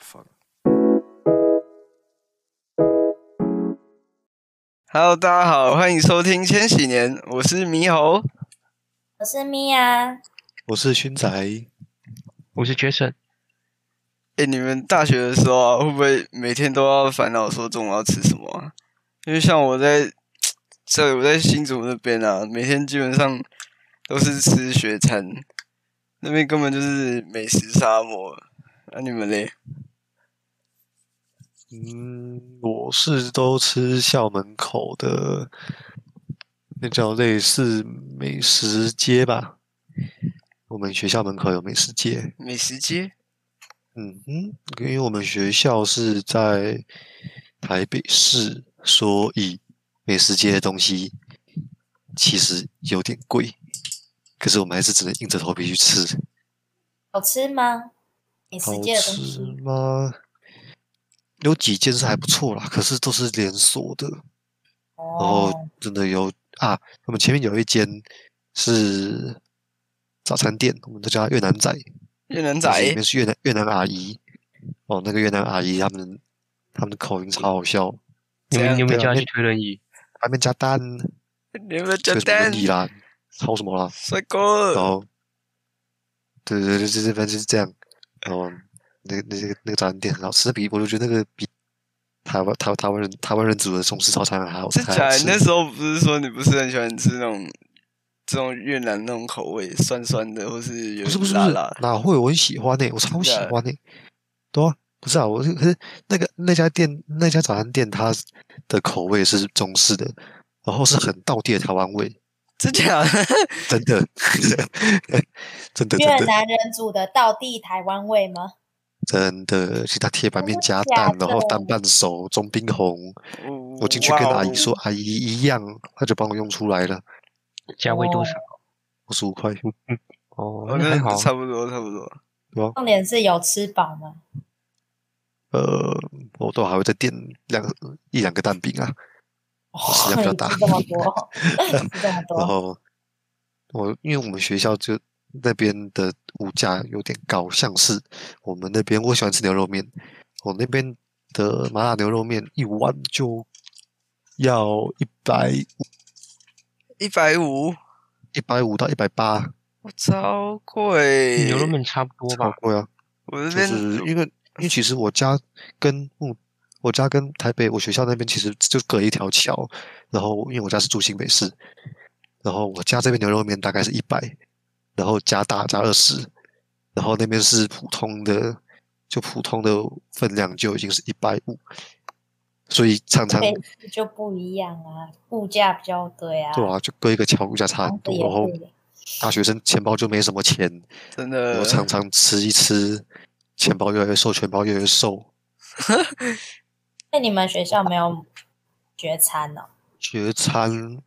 Fuck. Hello，大家好，欢迎收听《千禧年》，我是猕猴。我是米娅，我是勋仔，我是 Jason，哎、你们大学的时候啊，会不会每天都要烦恼说中午要吃什么啊？因为像我在这我在新竹那边啊，每天基本上都是吃学餐，那边根本就是美食沙漠。那、你们嘞？嗯，我是都吃校门口的，那叫类似美食街吧。我们学校门口有美食街，美食街？嗯哼，因为我们学校是在台北市，所以美食街的东西其实有点贵，可是我们还是只能硬着头皮去吃。好吃吗？美食好界的东吃西，吗？有几件是还不错啦，可是都是连锁的，然后哦，真的有啊。我们前面有一间是早餐店，我们都叫它越南仔，越南但是里仔面是越南越南阿姨。哦，那个越南阿姨他们他们的口音超好笑，你怎样们有没有对啊叫他那去推轮椅？外面加蛋，你们这简个什么啊单轮，椅啦，超什么啦，帅然哥，后， 对对对，就是反正就是这样。然后那个那些那个早餐店很好吃，那比我就觉得那个比台湾台台湾人台湾人煮的中式早餐还好真还假好的？吃你。那时候不是说你不是很喜欢吃那种这种越南那种口味，酸酸的，或是有不是不点是辣不是辣，的？哪会？我很喜欢呢、我超真喜假的欢呢、对啊，不是啊，我是可是那个那家店那家早餐店它的口味是中式的，然后是很道地的台湾味，真假的？ 真的，真的越真的南人煮的道地台湾味吗？真的，而且它铁板面真的加假蛋，然后的蛋半熟，中冰红。我进去跟哇阿哦姨说：“阿姨一样。”她就帮我用出来了，价位多少？五十五块。哦哦，那还那好。差不多，差不多。重点是有吃饱吗？呃，我都还会再点两一两个蛋饼啊，食量比较你 大吃这么 多，你吃这哦么然多，后我因为我们学校就那边的物价有点高，像是我们那边我喜欢吃牛肉面，我那边的麻辣牛肉面一碗就要一百一百五，一百五到一百八，我超贵。牛肉，面差不多好吧，贵啊！我这就边是因为因为其实我家跟木，我家跟台北我学校那边其实就隔一条桥，然后因为我家是住新北市，然后我家这边牛肉面大概是一百，然后加大加二十，然后那边是普通的，就普通的分量就已经是一百五，所以常常配置就不一样啊，物价比较对啊，对啊，就隔一个桥物价差很房子多，也然后贵耶大学生钱包就没什么钱，真然的后常常吃一吃，钱包越来越瘦，钱包越来越瘦。那你们学校没有学餐哦？学餐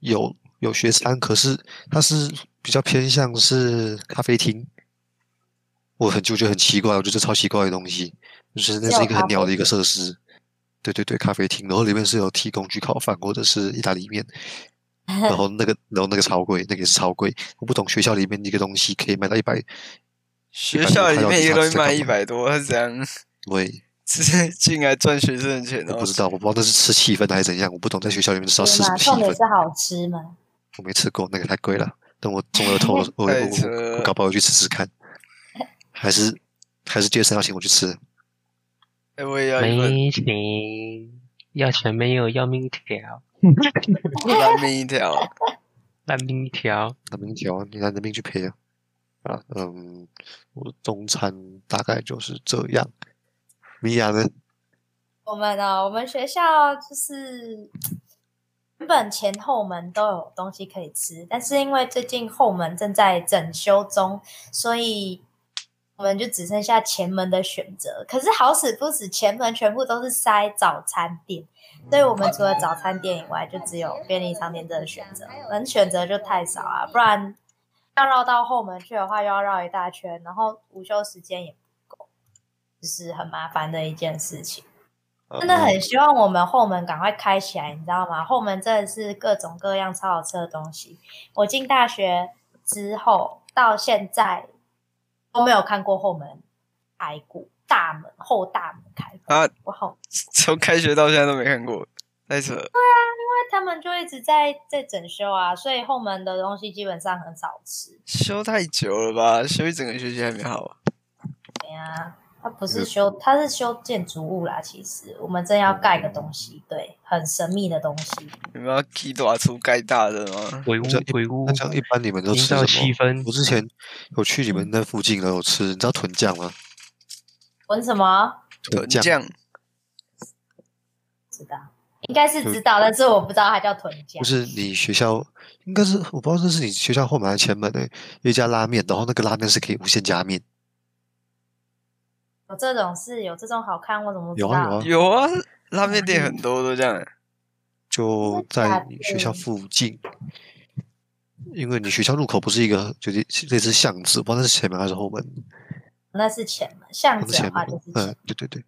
有有学餐，可是它是比较偏向是咖啡厅。我很就觉得很奇怪，我觉得这超奇怪的东西，就是那只有是一个咖很鸟啡的一个厅设施。对对对，咖啡厅，然后里面是有提供焗烤饭或者是意大利面，然后那个然后那个超贵，那个也是超贵。我不懂学校里面一个东西可以卖到一百，学校里面一个东西卖一150百多，他是怎样？ 对，是进来赚学生的钱我哦不？知道，我不知道那是吃气氛还是怎样，我不懂在学校里面是要吃什吗？么气重点氛。是好吃吗？我没吃过，那个太贵了。等我 中了头了，我我太我扯我了我搞不好我去吃吃看，还是还是杰森要请我去吃。哎，我也要一份没行，要钱没有，要命一条，蓝面一条。烂命一条。拿命条，你拿人命去赔啊！啊，嗯，我中餐大概就是这样。米娅呢？我们哦，我们学校就是原本前后门都有东西可以吃，但是因为最近后门正在整修中，所以我们就只剩下前门的选择。可是好死不死，前门全部都是塞早餐店，所以我们除了早餐店以外，就只有便利商店这个选择，能选择就太少啊，不然要绕到后门去的话，又要绕一大圈，然后午休时间也不够，就是很麻烦的一件事情。嗯真的很希望我们后门赶快开起来，你知道吗？后门真的是各种各样超好吃的东西。我进大学之后到现在，都没有看过后门开过，大门后大门开过。啊，我好，从开学到现在都没看过，太扯了。因为他们就一直在在整修啊，所以后门的东西基本上很少吃。修太久了吧？修一整个学期还没好啊。对啊，它不嗯是修，它是修建筑物啦。其实我们正要盖个东西，对，很神秘的东西。你们要 key 大出盖大的吗？鬼屋这样一鬼屋那，像一般你们都营吃什造么？气氛我之前有去你们那附近都有吃，你知道豚酱吗？闻什么？豚豚酱酱知道，应该是知道，但是我不知道它叫豚酱不。是你学校，应该是我不知道这是你学校后门还是前门的、有一家拉面，然后那个拉面是可以无限加面，有这种事，有这种好看，我怎么不知有道？啊有啊有啊，拉面店很多都这样、欸。就真的在假你学校的附近。因为你学校入口不是一个就是类似巷子，我不知道那是前门还是后门，那是前门，巷不子是前的话门就是前。，嗯，对对对。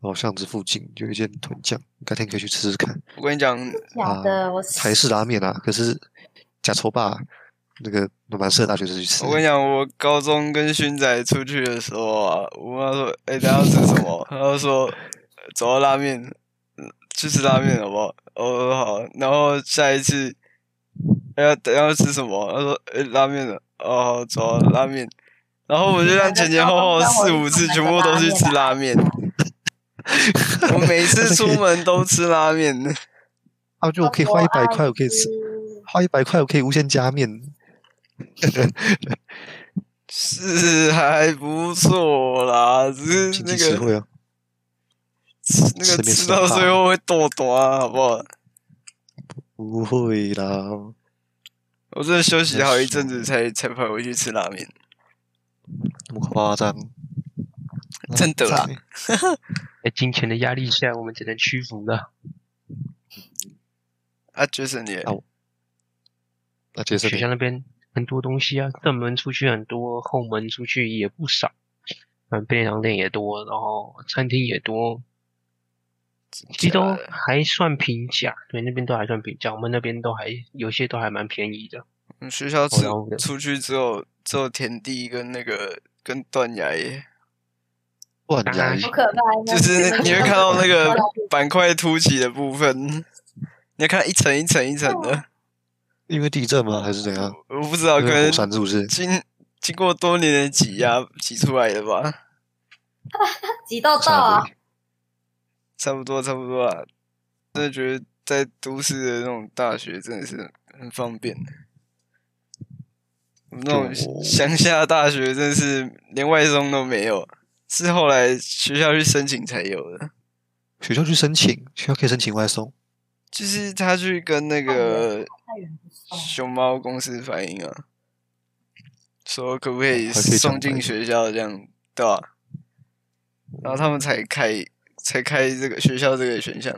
然后巷子附近有一间豚酱，改天可以去吃吃看。我跟你讲，假的，我台式拉面啊，可啊是假丑霸那个蛮适合大学生去吃。 我跟你讲，我高中跟勋仔出去的时候啊，我问他说：“哎、等一下要吃什么？” 他就说：“走到拉面，嗯去吃拉面好不好？”我说：“好。”然后下一次，哎、呀，等一下要吃什么？他说：“哎、拉面了。”哦，好走到拉面。然后我就这样前前后后四五次，全部都去吃拉面。我每次出门都吃拉面的。啊，就我可以花一百块，我可以吃， 吃。花一百块我可以无限加面。是还不错啦，只是经那济实个惠啊！吃那吃个面吃吃到到怕最后会剁短啊，好不好？不会啦，我真的休息好一阵子才才跑回去吃拉面，那么夸张？真的啊啦赞欸！在金钱的压力下，我们只能屈服了。啊，Jason 你也啊那杰森学呢，校那边很多东西啊，正门出去很多，后门出去也不少，嗯，便利商店也多，然后餐厅也多，其实都假的还算平价。对，那边都还算平价，我们那边都还有些都还蛮便宜的。嗯学校哦然后出出去之后只有田地跟那个跟断崖耶，断当崖然好可怕！就是那你会看到那个嗯板块凸起的部分，你要看一层一层一层的，因为地震吗？还是怎样？我不知道，因可为能火山是不是？经经过多年的挤压挤出来的吧， 挤痘痘啊，差不多差不多啦。真的觉得在都市的那种大学真的是很方便的。我们那种就乡下大学真是连外送都没有，是后来学校去申请才有的。学校去申请，学校可以申请外送。就是他去跟那个太远 不送。熊猫公司反映啊，说可不可以还可以这样送进反映学校这样，对吧、然后他们才开才开这个学校这个选项。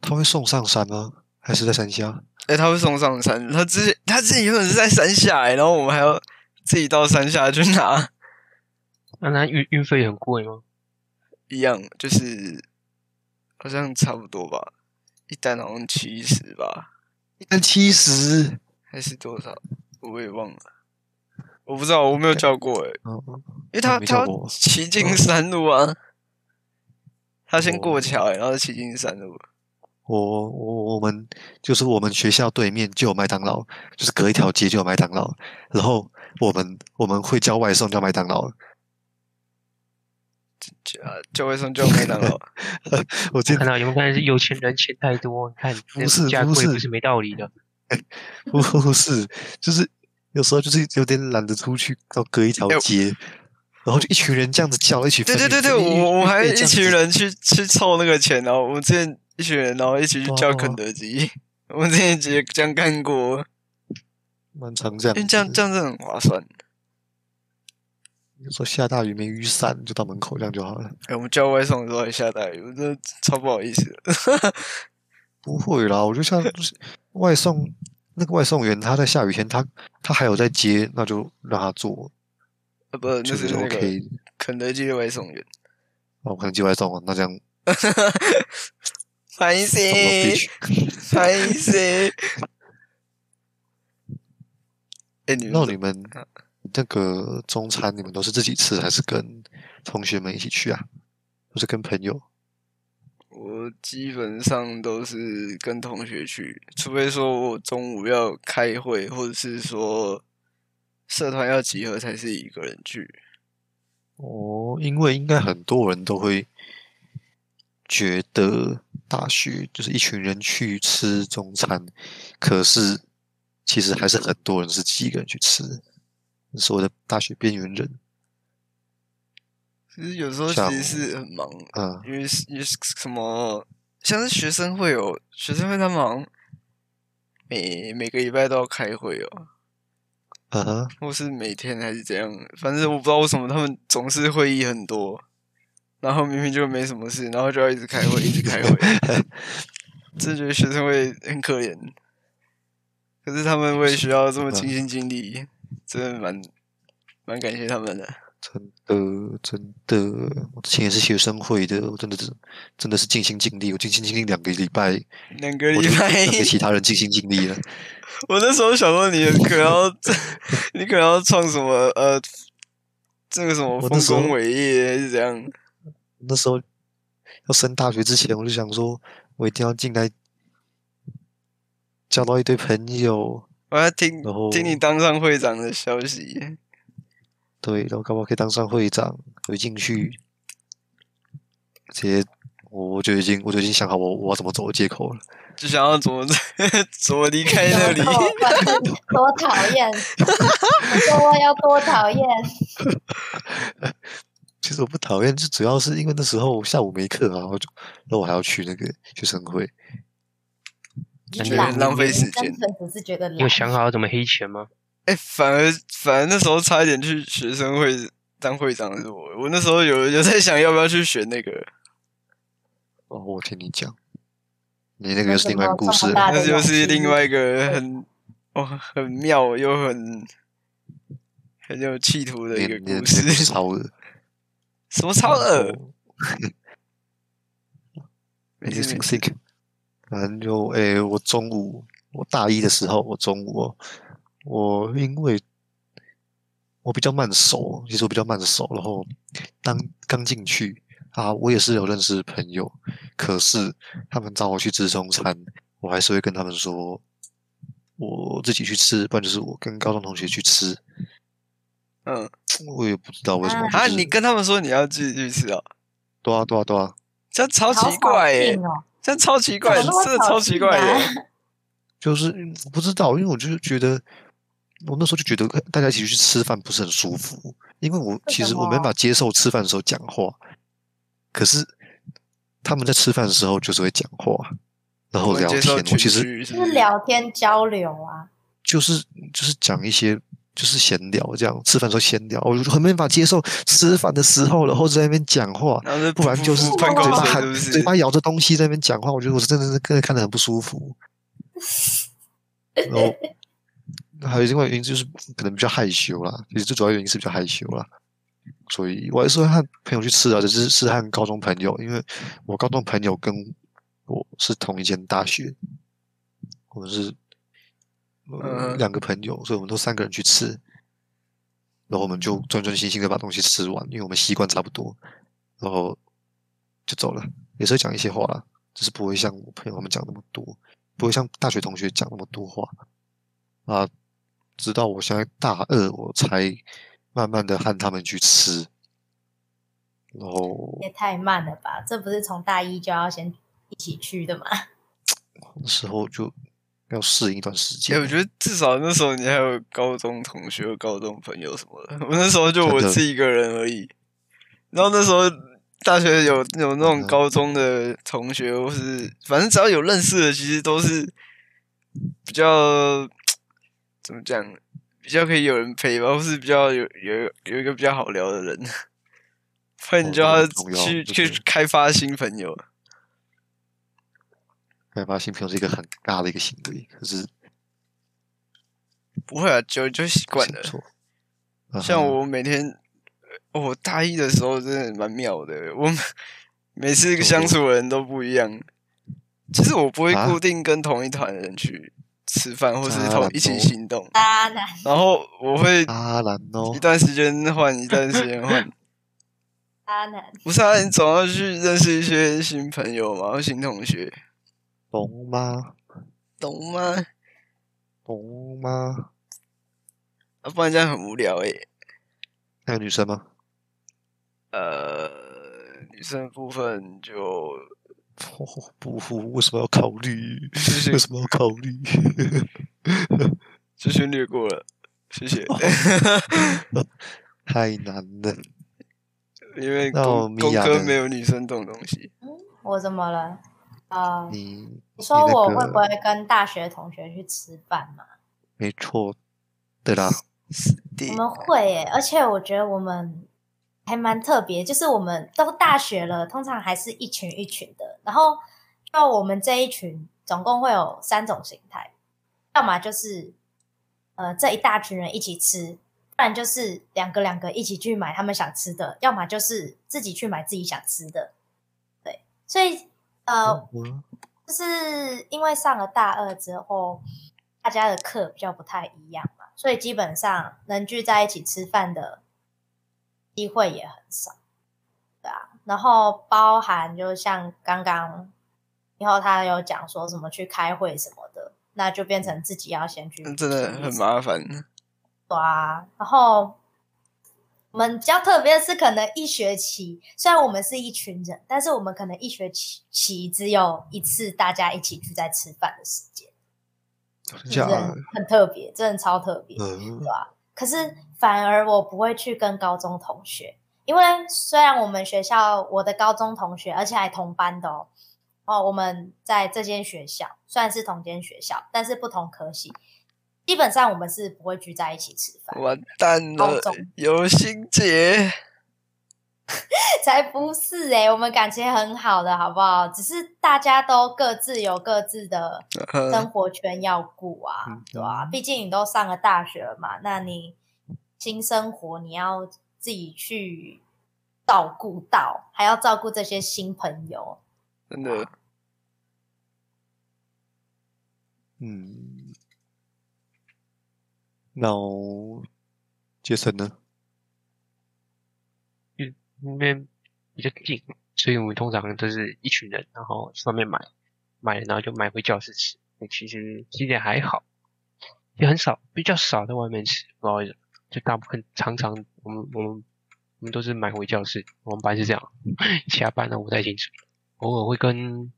他会送上山吗？还是在山下？哎、他会送上山。他之前他之前原本是在山下、欸，然后我们还要自己到山下去拿，那它运运费很贵吗？一样就是好像差不多吧，一单好像七十吧，一单七十。还是多少，我也忘了，我不知道，我没有叫过哎、哦，因为他没他叫要过骑进山路啊，他先过哦桥、欸，然后骑进山路，我我我们就是我们学校对面就有麦当劳，就是隔一条街就有麦当劳。然后我们我们会叫外送叫麦当劳。就啊就会送就麦当劳。我今看 天到有没有看到是有钱人钱太多？你看不是价不贵不是是没道理的。不是，就是有时候就是有点懒得出去，到隔一条哎街，然后就一群人这样子叫，一起对对对对，我我们还一群人去去凑那个钱哦。我们之前一群人，然后一起去叫肯德基。 我们之前直接这样干过，蛮常这样子因为的。这样这样真的很划算。有时候下大雨没雨伞，就到门口这样就好了。哎、我们叫外送的时候还下大雨，我真的超不好意思的。不会啦，我就像就是外送那个外送员，他在下雨天他他还有在接，那就让他做，啊，不，那就是是那 OK 个。肯德基的外送员。哦，可能接外送啊，那这样拍思怎么必须？拍思。哎、你那哎们你们那个中餐你们都是自己吃还是跟同学们一起去啊？或是跟朋友？我基本上都是跟同学去，除非说我中午要开会，或者是说社团要集合，才是一个人去。哦，因为应该很多人都会觉得大学就是一群人去吃中餐，可是其实还是很多人是自己一个人去吃，所谓的大学边缘人其实有时候其像实是很忙，啊。因为是因为是什么，像是学生会哦，学生会他们好像每每个礼拜都要开会哦，啊哈，或是每天还是怎样，反正我不知道为什么他们总是会议很多，然后明明就没什么事，然后就要一直开会，一直 开会，真的觉得学生会很可怜。可是他们为学校这么尽心尽力，真的蛮蛮感谢他们的。真的真的，我之前也是学生会的，我真的是真的是尽心尽力，我尽心尽力两个礼拜，两个我礼就拜，给其他人尽心尽力了。我那时候想说，你可能 要，你可能要创什么呃，这个什么我那丰时候功伟业还是怎样？那时候要升大学之前，我就想说，我一定要进来交到一堆朋友，我要听然后听你当上会长的消息，对，然后搞不好可以当上会长。我一进去，直接我就已经我就已经想好我我要怎么走的借口了。就想要怎么怎么离开那里多。讨 厌啊多讨厌！各位要多 讨厌！其实我不讨厌，就主要是因为那时候下午没课啊，然后就然后我还要去那个学生会，就你觉得懒很浪费时单间。纯只是觉得你有懒。想好要怎么黑钱吗？哎、反而反而那时候差一点去学生会当会长的是我，我那时候有有在想要不要去选那个，哦，我听你讲，你那个为又是什另外一么个故这么事了大。那的就勇是气另外一个很哦很妙又很很有企图的你一的个你的故你的故事。事超恶，什么超恶？哦没 Make 事 you 没 think 事 think，反正就诶、我中午我大一的时候，我中午哦，我因为我比较慢熟，其实我比较慢熟，然后当刚进去啊，我也是有认识朋友，可是他们找我去吃中餐，我还是会跟他们说我自己去吃，不然就是我跟高中同学去吃，嗯我也不知道为什么。啊就啊，是你跟他们说你要继续吃哦，对啊对啊对啊，这样超好奇怪耶、扫兴哦！这样超奇怪，怎么那么真的超扫兴奇怪耶、啊就是嗯我不知道，因为我就是觉得，我那时候就觉得呃大家一起去吃饭不是很舒服，因为我为其什实我没办法接受吃饭的时候讲话，可是他们在吃饭的时候就是会讲话，然后我聊接天，受我群其实聚是就不是是聊天交流啊，就是就是讲一些。就是闲聊这样，吃饭的时候闲聊，我就很没办法接受吃饭的时候，然后在那边讲话，然后不然就是噗嘴噗喷喷口口巴水，含是不嘴是？巴咬着东西在那边讲话，我觉得我是真的是真的看得很不舒服。然后还有另外一个原因就是可能比较害羞啦，其实最主要原因是比较害羞啦，所以我还是会和朋友去吃啊，只是是和高中朋友，因为我高中朋友跟我是同一间大学，我们是、呃嗯两个朋友，所以我们都三个人去吃，然后我们就专专心心的把东西吃完，因为我们习惯差不多，然后就走了。也是会讲一些话啦，只是不会像我朋友他们讲那么多，不会像大学同学讲那么多话啊。直到我现在大二，我才慢慢的和他们去吃，然后 也太慢了吧？这不是从大一就要先一起去的吗？那时候就要适应一段时哎、间。我觉得至少那时候你还有高中同学、高中朋友什么的。我那时候就我真的自己一个人而已。然后那时候大学有有那种嗯高中的同学，或是反正只要有认识的，其实都是比较怎么讲，比较可以有人陪吧，或是比较有有有一个比较好聊的人，不然你哦就这个要很重要去这去个开发新朋友。开发新朋友是一个很尬的一个行为，可是不会啊，久了就习惯是了 不。错。啊像哈我每天，哦我大一的时候真的蛮妙的，我每次么相处的人都不一样。其实我不会啊固定跟同一团的人去，吃饭，或是当同然一起咯行动。渣男，然后我会当然哦一，段时间换，一段时间换。渣男，不是啊，你总要去认识一些新朋友嘛，或新同学，懂吗？懂吗？懂吗？啊、不然这样很无聊欸诶、还有女生吗？呃，女生的部分就哦不，为什么要考虑？是为什么要考虑？ 就先略过了，谢 谢。太难了。因为那我工米工娅科呢没有女生懂东西，我怎么了？啊、你你说你那我个会不会跟大学同学去吃饭嘛？没错，对啦，对我，们会耶，而且我觉得我们还蛮特别，就是我们都大学了，通常还是一群一群的。然后就我们这一群，总共会有三种形态，要么就是呃这一大群人一起吃，不然就是两个两个一起去买他们想吃的，要么就是自己去买自己想吃的。对，所以呃，嗯就是因为上了大二之后，大家的课比较不太一样嘛，所以基本上能聚在一起吃饭的机会也很少，对啊。然后包含就像刚刚，以后他有讲说什么去开会什么的，那就变成自己要先去，那嗯真的很麻烦。对啊，然后我们比较特别的是，可能一学期虽然我们是一群人，但是我们可能一学期期只有一次大家一起聚在吃饭的时间，真就是假的？很很特别，真的超特别。嗯，可是反而我不会去跟高中同学，因为虽然我们学校我的高中同学，而且还同班的哦，哦，我们在这间学校虽然是同间学校，但是不同科系，基本上我们是不会聚在一起吃饭。完蛋高了中，有心结。才不是哎、我们感情很好的，好不好？只是大家都各自有各自的呃生活圈要顾啊，嗯对啊，毕竟你都上了大学了嘛，那你新生活你要自己去照顾到，还要照顾这些新朋友，真的，嗯，那我杰森呢？因为比较近，所以我们通常都是一群人，然后去外面买，买了然后就买回教室吃。其实其实也还好，也很少，比较少在外面吃，不知道为什么，就大部分常常我们我们我们都是买回教室。我们班是这样，其他班呢我不太清楚，偶尔会跟。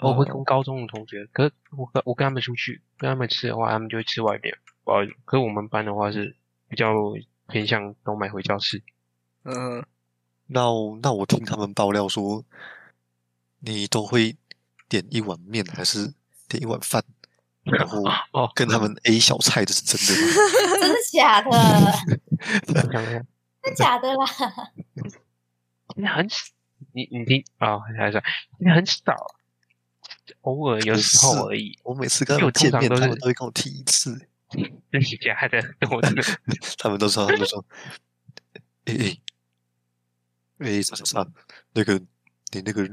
偶尔会跟高中的同学，可是我跟我跟他们出去，跟他们吃的话，他们就会吃外面。呃，可是我们班的话是比较偏向都买回教室，嗯，那我那我听他们爆料说，你都会点一碗面还是点一碗饭，然 后哦跟他们 A 小菜，这是真的吗？真的假的？我想一下，真的假的啦？其实很少，你你听啊，还是其实很少，偶尔有可时候是而已。 我每次跟他就们见通面，常都他 是们都会跟我提一次，真是假的，我真的 他们都说，他们都说， 哎哎哎，啥啥啥，那个你那个你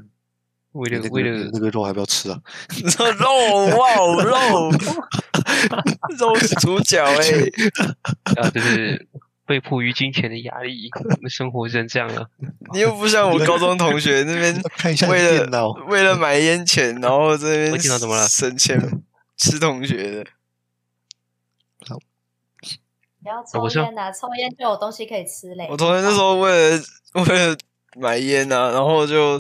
为那了个为你了那个肉还不要吃啊？肉哇哦肉， 肉是主 角哎、啊，就是被迫于金钱的压力，我们生活成这样了。你又不像我高中同学那 边嗯要 看一下你为电了脑，为了买烟钱，然后这边我电脑怎么了省钱吃同学的，不要抽我是啊烟啊，抽烟就有东西可以吃嘞我。同学那时候为了为了买烟啊，然后就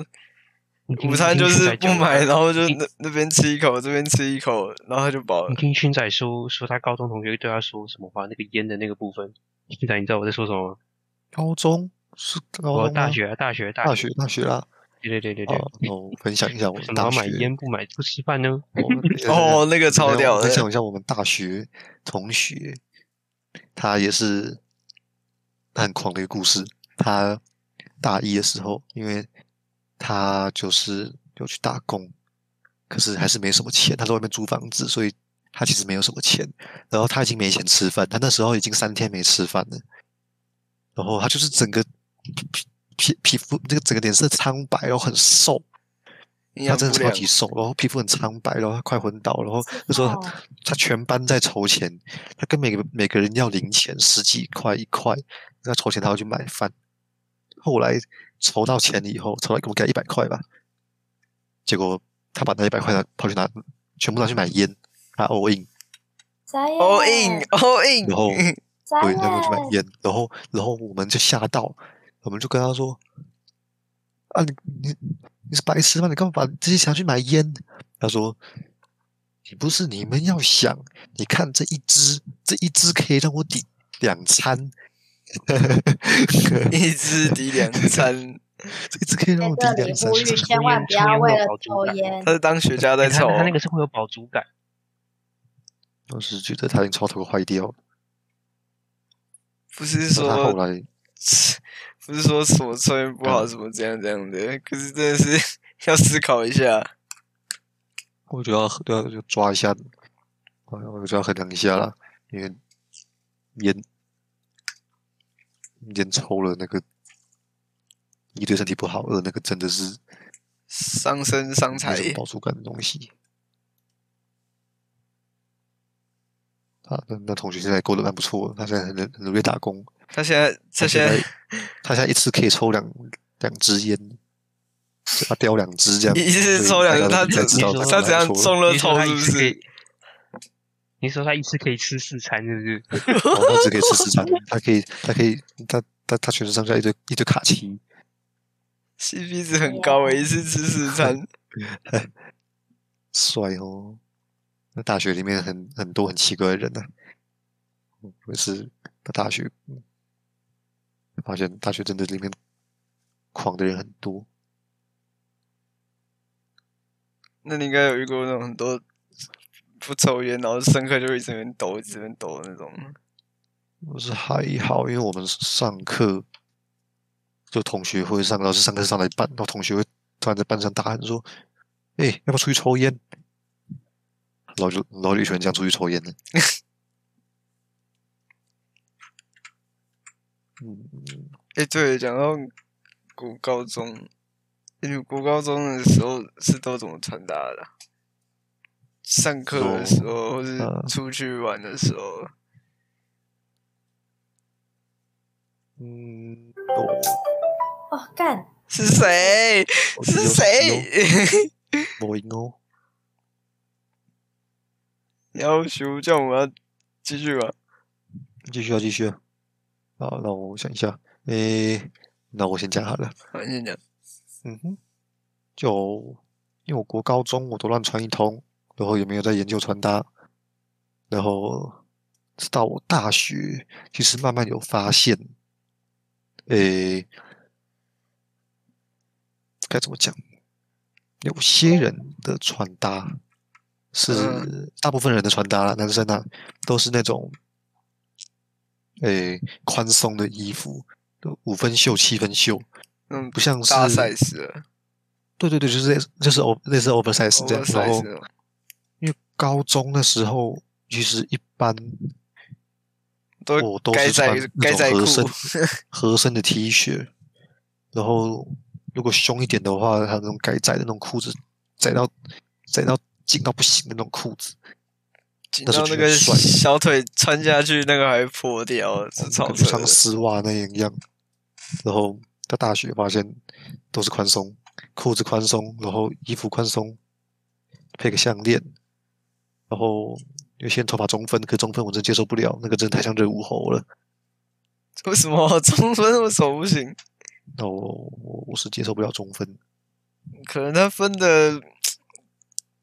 已经午餐就是不啊买，然后就已那那边吃一口，这边吃一口，然后他就饱了你。听勋仔说说他高中同学对他说什么话，那个烟的那个部分，勋仔你知道我在说什么吗？高中是高我中大吗学啊，大学大大学大学啦，对对对对哦，对，那我分享一下我 为们什么大要学买烟不买不吃饭呢？我 们哦，那个超屌分的，享一下我们大学同学，他也是他很狂的一个故事。他大一的时候，因为他就是有去打工，可是还是没什么钱，他在外面租房子，所以他其实没有什么钱。然后他已经没钱吃饭，他那时候已经三天没吃饭了。然后他就是整个皮皮皮肤这个整个脸色苍白，然后很瘦，营他养真的不超良级瘦，然后皮肤很苍白，然后他快昏倒，然后那时候哦他他全班在筹钱，他跟每个每个人要零钱十几块一块，那筹钱他要去买饭。后来筹到钱以后，筹到我给他一百块吧，结果他把那一百块拿跑去拿，全部拿去买烟，他 all in，傻眼，all in all in，然后傻对，眼他们去买烟，然后然后我们就吓到，我们就跟他说：“啊，你你你是白痴吗？你干嘛把这些钱拿去买烟？”他说：“你不是你们要想，你看这一支，这一支可以让我抵两 餐， 这一只抵两餐，一支可以让我抵在这两里餐。呼是吁，不是千万不要为了抽烟他。是当学家在欸他炒他啊那个是会有饱足感，当时觉得他已经超头坏掉了。不是那他后说来 不是说什么抽烟不好，什么这样这样的，可是真的是 要思考一下，我觉得要对啊，就抓一下，我我觉得要衡量一下啦，因为烟烟抽了那个，一对身体不好，二那个真的是伤身伤没财什。么饱足感的东西。啊，那那同学现在过得蛮不错的，他现在很努很努力打工，他现在他现在他现在一次可以抽两两支烟，就他叼两支这样， 一次所以抽大两支他家都应该怎知道他他怎样抽了中了头你说他是一不次可是以？，你说他一次可以吃四餐是不是？然后他只可以吃十餐，他可以，他可以，他他他全身上下一堆一堆卡其， ？CP 值很高欸诶，一次吃四餐，帅哦。那大学里面很很多很奇怪的人呢、我我是到大学嗯发现大学真的里面狂的人很多，那你应该有遇过那种很多不抽烟，然后上课就会一直在那边抖，一直在那边抖的那种。我是还好，因为我们上课就同学会上，老师上课上到一半，然后同学会突然在班上大喊说：“哎、要不要出去抽烟？”然后就然后就一群人这样出去抽烟呢。嗯，诶，哎对，讲到国高中，诶你们国高中的时候是都怎么穿搭的啊？上课的时候，或是呃出去玩的时候，嗯，我哦，干，是谁？我是谁？我赢哦，要求叫我们要继续吧。继续啊，继续啊。好，那我想一下，诶、那我先讲好了。好，你先讲。嗯哼，就因为我国高中我都乱穿一通，然后也没有在研究穿搭，然后直到我大学，其实慢慢有发现，诶，该怎么讲？有些人的穿搭是大部分人的穿搭啦，男生啊，都是那种，诶，宽松的衣服，都五分袖、七分袖，那种不像是大 size 了对对对，就是类似就是 o 类似 oversize 这样。然后，oversize 那种因为高中的时候，其实一般我都都该是穿在该那在种裤合，身 合身的 T 恤，然后如果凶一点的话，还有那种改窄的那种裤子，窄到窄到紧到不行的那种裤子，紧那时到候那觉得个帅小腿穿下去，那个还会破掉，这超跟扯穿的。丝袜那样一样。然后到大学发现都是宽松，裤子宽松，然后衣服宽松，配个项链，然后有些人头发中分，可中分我真接受不了，那个真的太像热舞猴了。 为什么中分为什么不行？那我我我是接受不了中分，可能他分的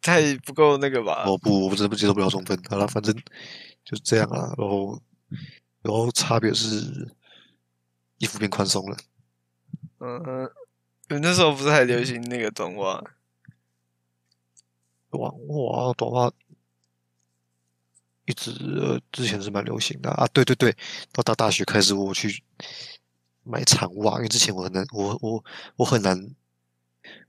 太不够那个吧。我哦不我真的不接受不了中分。好了，反正就是这样啊。然后然后差别是衣服变宽松了，嗯哼，有那时候不是还嗯流行那个短袜？哇哇，短袜啊一直、呃、之前是蛮流行的啊，啊对对对，到到大学开始我去买长袜，因为之前我很难，我我我很难，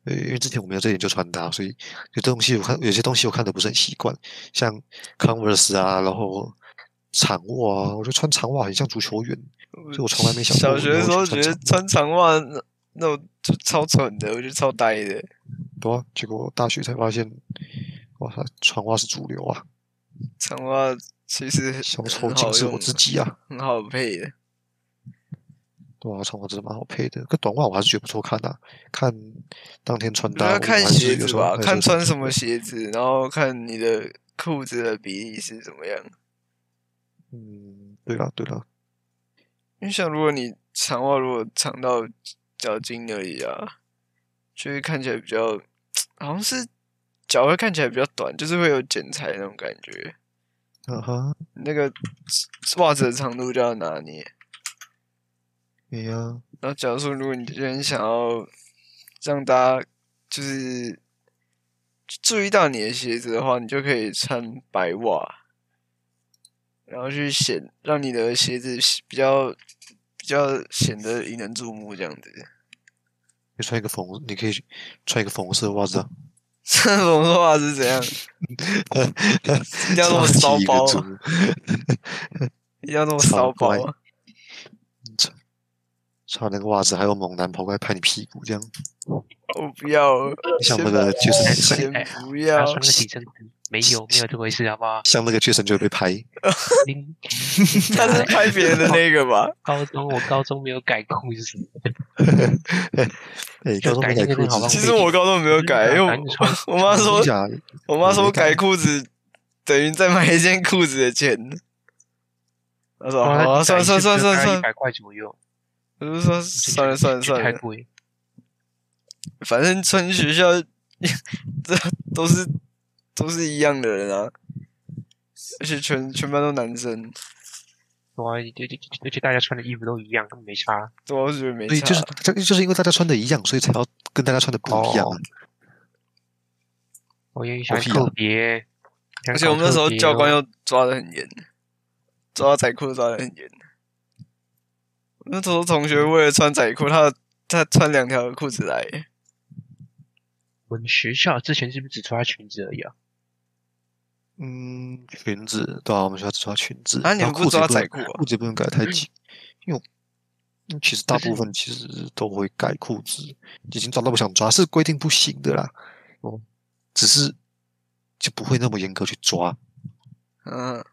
呃，因为之前我没有在研究穿搭，所以有东西我看有些东西我看的不是很习惯，像 Converse 啊，然后长袜啊，我觉得穿长袜很像足球员，所以我从来没想过呃小我学的以时后候觉去得长穿袜长袜那那种就超蠢的，我觉得超呆的。对啊，结果大学才发现，哇，传话是主流啊，长袜其实小丑很竟好是用我的，自己啊，很好配的。对啊，长袜真的蛮好配的，跟短袜我还是觉得不错看的、看当天穿主搭，要啊我看还是鞋有子时候吧，还是看会穿什么鞋子，然后看你的裤子的比例是怎么样。嗯，对啦对啦，因为像如果你长袜如果长到脚筋而已啊，就会看起来比较，好像是脚会看起来比较短，就是会有剪裁那种感觉。啊哈，那个袜子的长度就要拿捏。哎呀，然后假如说，如果你今天想要让大家就是注意到你的鞋子的话，你就可以穿白袜，然后去显让你的鞋子比较比较显得引人注目这样子。你穿一个粉红，你可以穿一个粉红色的袜子啊，这种说话是怎样？一定要那么骚超级一个包主啊流，一定要那么骚包超啊？穿那个袜子还有猛男跑过来拍你屁股这样，我不要，像先那个就哎是？所以先哎不还要要穿，个紧身裤，没有没有这回事，好不好 像那个确神就会被拍，零他是拍别人的那个吧？高中我高中没有改裤子什么的，哎，就高中没改那改个裤好子吧其实我高中没有改，因为我穿我妈真的说假的我妈说没改改裤子等于再买一件裤子的钱。她说：“好啊，算算算算一算。百块左右，”我就说：“算了算了算太了，贵。反正穿学校这都是都是一样的人啊，而且全全班都男生，哇，而且而且大家穿的衣服都一样，根本没差。对啊，我就觉得没所以差。就是这就是因为大家穿的一样，所以才要跟大家穿的不哦一样啊。我也喜欢狗屁啊特别，而且我们那时候教哦官又抓的很严，抓仔裤抓的很严。那时候同学为了穿仔裤，他他穿两条裤子来，我们学校之前是不是只穿裙子而已啊？嗯，裙子对啊，我们学校只抓裙子，啊你然们不后裤子抓也不能仔裤啊裤子也不能改太紧，因为我因为其实大可是部分其实都会改裤子，已经抓到不想抓，是规定不行的啦。哦，只是就不会那么严格去抓，嗯，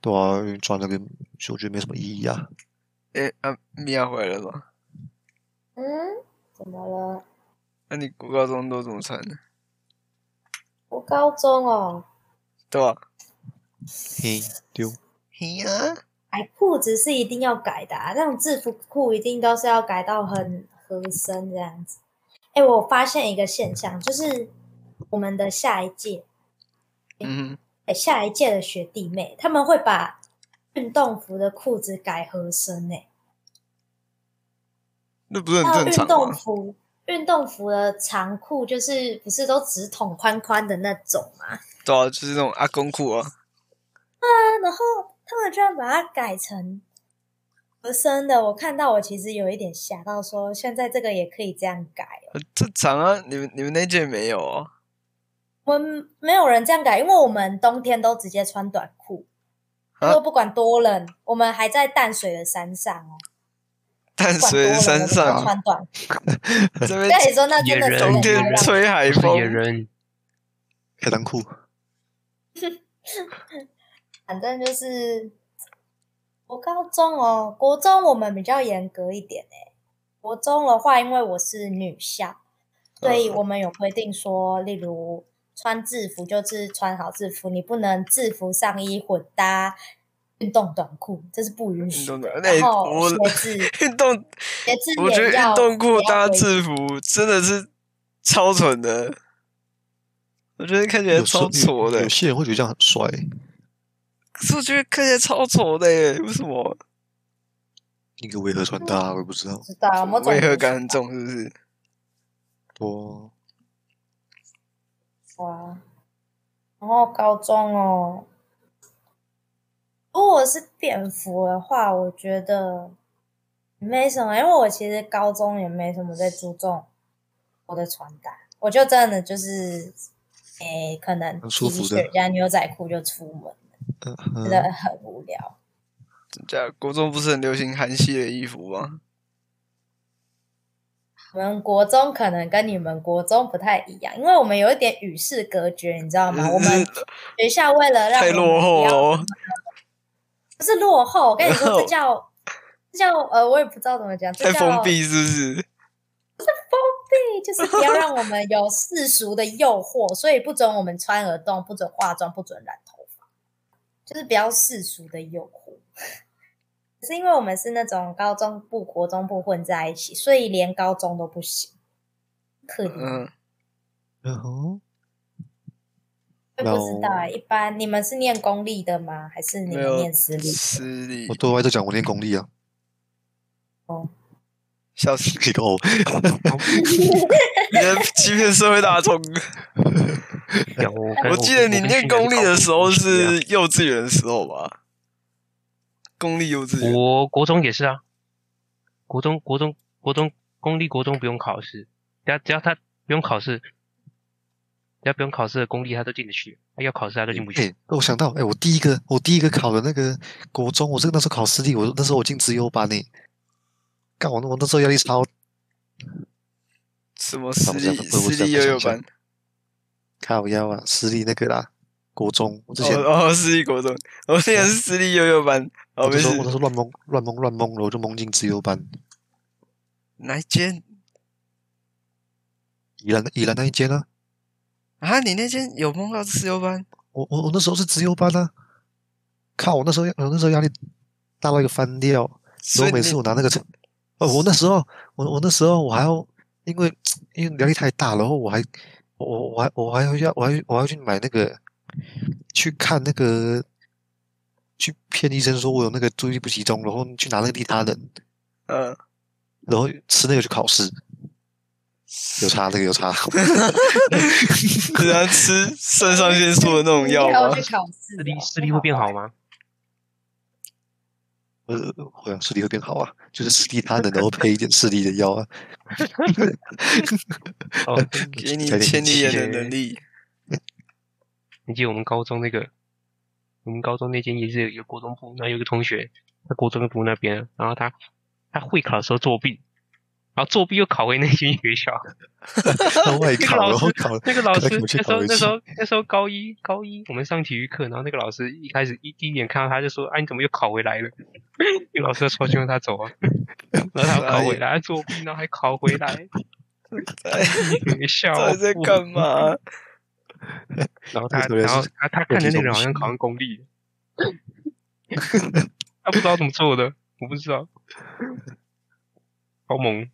对啊，因为抓那个就我觉得没什么意义啊。诶、啊，米娅回来了吗？嗯，怎么了？那、你国高中都怎么穿的？我高中哦，对吧？嘿，丢，嘿呀、改哎裤子是一定要改的、啊，那种制服裤一定都是要改到很合身这样子。哎，我发现一个现象，就是我们的下一届，嗯哎，下一届的学弟妹，他们会把运动服的裤子改合身呢、哼，那不是那很正运常啊动吗？服，运动服的长裤就是不是都直筒宽宽的那种吗？对啊，就是那种阿公裤啊，啊，然后他们居然把它改成合身的，我看到我其实有一点吓到，说现在这个也可以这样改哦。很正常啊。你们你们那届没有哦？我们没有人这样改，因为我们冬天都直接穿短裤，啊都不管多冷，我们还在淡水的山上哦，淡不管水多冷山我们都上穿短裤。这那边你说那真的野是人冬冷到天野让吹海不是野风，人，开裆裤，反正就是我高中哦，国中我们比较严格一点诶。国中的话，因为我是女校，所嗯以我们有规定说，例如穿制服就是穿好制服，你不能制服上衣混搭运动短裤，这是不允运许动的。的那然后我鞋子，运动，鞋子我觉得也要运动裤也要搭规制服真的是超蠢的，我觉得看起来有时超候挫的有，些人会觉得这样很帅，可是我觉得看起来超丑的耶，为什么？那个为何穿搭我也不知道。知道某种违和程度感很重，是不是？多哇，然后高中哦，如果是便服的话，我觉得没什么，因为我其实高中也没什么在注重我的穿搭，我就真的就是，诶，可能很舒 T 服的恤加牛仔裤就出门，嗯真哼的很无聊。这国中不是很流行韩系的衣服吗？我们国中可能跟你们国中不太一样，因为我们有一点与世隔绝，你知道啊呃吗？我们学校为了让太我们不落后要了哦，不是落后，我跟你说，这叫这叫呃，我也不知道怎么讲，这太叫封闭是不是？对，就是不要让我们有世俗的诱惑，所以不准我们穿耳洞，不准化妆，不准染头发，就是不要世俗的诱惑。可是因为我们是那种高中部、国中部混在一起，所以连高中都不行，可怜。嗯，然后我也不知道欸、一般你们是念公立的吗？还是你没们有念私立？私立我对外在讲我念公立啊， 笑死，一个 O，哦 你在欺骗社会大众。有我跟 哎我记得你跟念训公练立的时候高中同期啊是幼稚园的时候吧？公立幼稚园，我国中也是啊，国中国中国中公立国中不用考试，只要只要他不用考试，只要不用考试的公立他都进得去，他要考试他都进不哎、去。我想到，哎、我第一个我第一个考的那个国中，我这个那时候考私立，我那时候我进资优班呢、干我那我那时候压力超什么私不是立不是不私是立不幼是幼不是班？靠腰啊，私立那个啦，国中我之前、哦哦，私立国中，我念的是私立幼幼班。哦，我没就事说，我那时候乱蒙乱蒙乱蒙了，我就蒙进资优班，哪一间宜兰宜兰那一间啊，啊？你那间有梦到私幼班？我我我那时候是资优班啊，靠我那时候我那时候压力大到一个翻掉，然所以后每你次我拿那个成，哦，我那时候，我我那时候我还要，因为因为压力太大，然后我还我我我还我还要要我还我还要去买那个，去看那个，去骗医生说我有那个注意力不集中，然后去拿那个利他人，嗯，然后吃那个去考试，有差那个有差，你要啊吃肾上腺素的那种 药要吗去？考试私哦，立私立会变好吗？呃，好像视力会变好啊，就是吃利他人，然后配一点视力的药 啊，哦，给你加点千里气眼的能力，你记得我们高中那个，我们高中那间也是有有国中部，那有一个同学在国中部那边，然后他他会考的时候作弊，然后作弊又考回那间学校。到外那个考，老然后师考那个老可师能我去那时候考一那时次候那时候高一高一我们上体育课，然后那个老师一开始一第一眼看到他就说：“哎、你怎么又考回来了？” 那个老师超希望他走啊，然后他又考回来，他作弊，然后还考回 来，学校到底在不干？嘛？然后他这个人啊然后是他他看的那个人好像有这种考上公立，他不知道怎么做的，我不知道，好猛。哦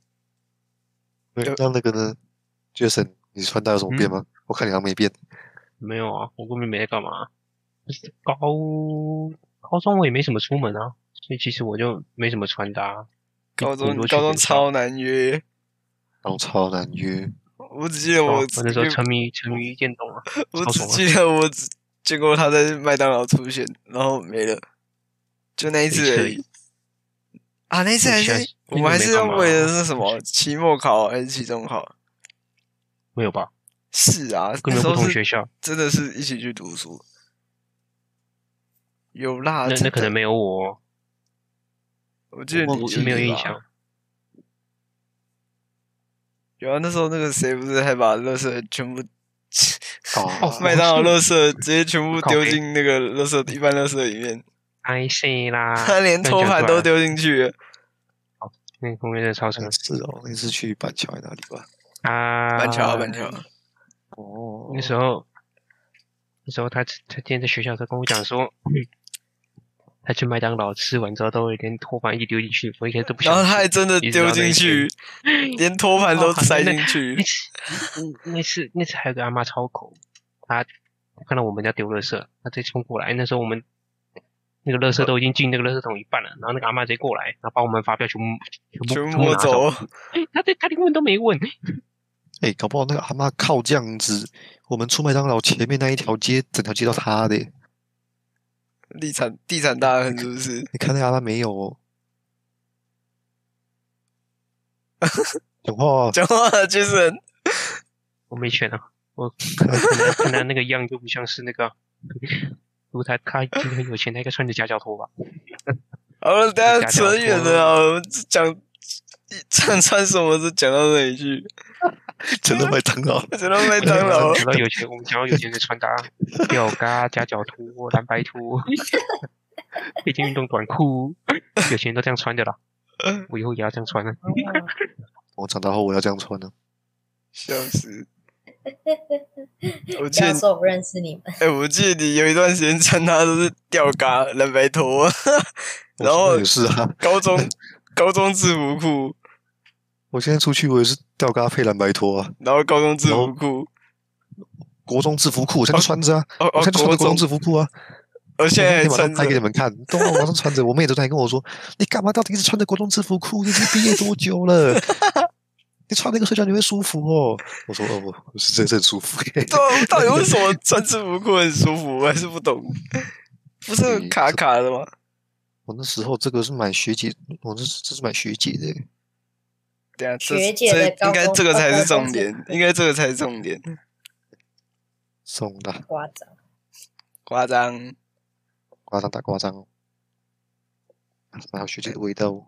对有那那个呢，Jason，你穿搭有什么嗯变吗？我看你好像没变。没有啊，我根本没在干嘛。就是高高中我也没什么出门啊，所以其实我就没什么穿搭。高顶中多去高中学校，超难约，然后超难约，我只记得哦哎我我那时候沉迷沉迷于电动啊， 我超只爽啊记得我只见过他在麦当劳出现，然后没了，就那一次而没已。啊，那一次你还现在是是我你们还没是干要嘛为了啊是什么期末考啊还是期中考？没有吧？是啊，根那本时不候同是学校，真的是一起去读书。有啦，那啊真那可的能没有我哦，我记得我你我有没有你印吧象。有啊，那时候那个谁不是还把垃圾全部哦麦当劳垃圾直接全部啊靠丢北进那个垃圾一般垃圾里面， I C 啦， 他连突托啊然讲盘出来都了。丢进去了。那个公园的超市那是哦，那次去板桥还哪里吧？啊，板桥啊，板桥啊，哦那时候，那时候他他今天在学校的时候跟我讲说， 他去麦当劳吃完之后都有点托盘一直丢进去，我一开始都不想然吃。后他还真的一直丢到那进一去，连托盘都哦好像塞那进那去。 次嗯那次那次还有个阿妈超口，她看到我们家丢垃圾，她直接冲过来。那时候我们那个垃呃圾都已经进那个垃圾桶一半了，然后那个阿妈直接过来，然后把我们发票全部全全部部摸拿走。走，她对她连问都没问，哎、搞不好那个阿妈靠这样子，我们出麦当劳前面那一条街，整条街都她的耶。 地产地产大亨是不是？ 你看那个阿妈没有哦？讲话啊讲话啊就是很我没选啊。我看她看她那个样就不像是那个。如果她她真的很有钱，她应该穿着夹脚拖吧。好了，等一下假假扯远拖了啊，我们讲唱穿什么都讲到这里去，讲到麦当劳，讲到麦当 劳，讲到有钱，我们讲到有钱的穿搭，吊嘎、夹脚拖、蓝白拖， 背件运动短裤， 有钱人都这样穿的啦。我以后也要这样穿啊！哦我长大后我要这样穿呢、笑死！我记不要得，说我不认识你们，哎、我记得你有一段时间穿搭都是吊嘎、蓝白拖，我然现在后也是啊，高中高中制服裤，我现在出去我也是吊嘎配蓝白拖啊，然后高中制服裤，国中制服裤我现在就穿着啊，哦我哦现在，就穿国着国中中制，服裤啊，我现在还我马上穿着拍给你们看，都我马上穿着，我妹都在跟我说，你干嘛到底一直穿着国中制服裤？你已经毕业多久了？ 你穿那个睡觉你会舒服哦。我说哦，我我是真正舒服。对啊，到底为什 么穿制服裤很舒服？我还是不懂。不是很卡卡的吗？我那时候这个是买学姐，我这是这是买学姐的，等一下，这学姐的这应该高中这个才是重高点中，制服应该这个才是重点。送的，夸张。夸张，夸张打夸张哦，哪有学姐的味道哦？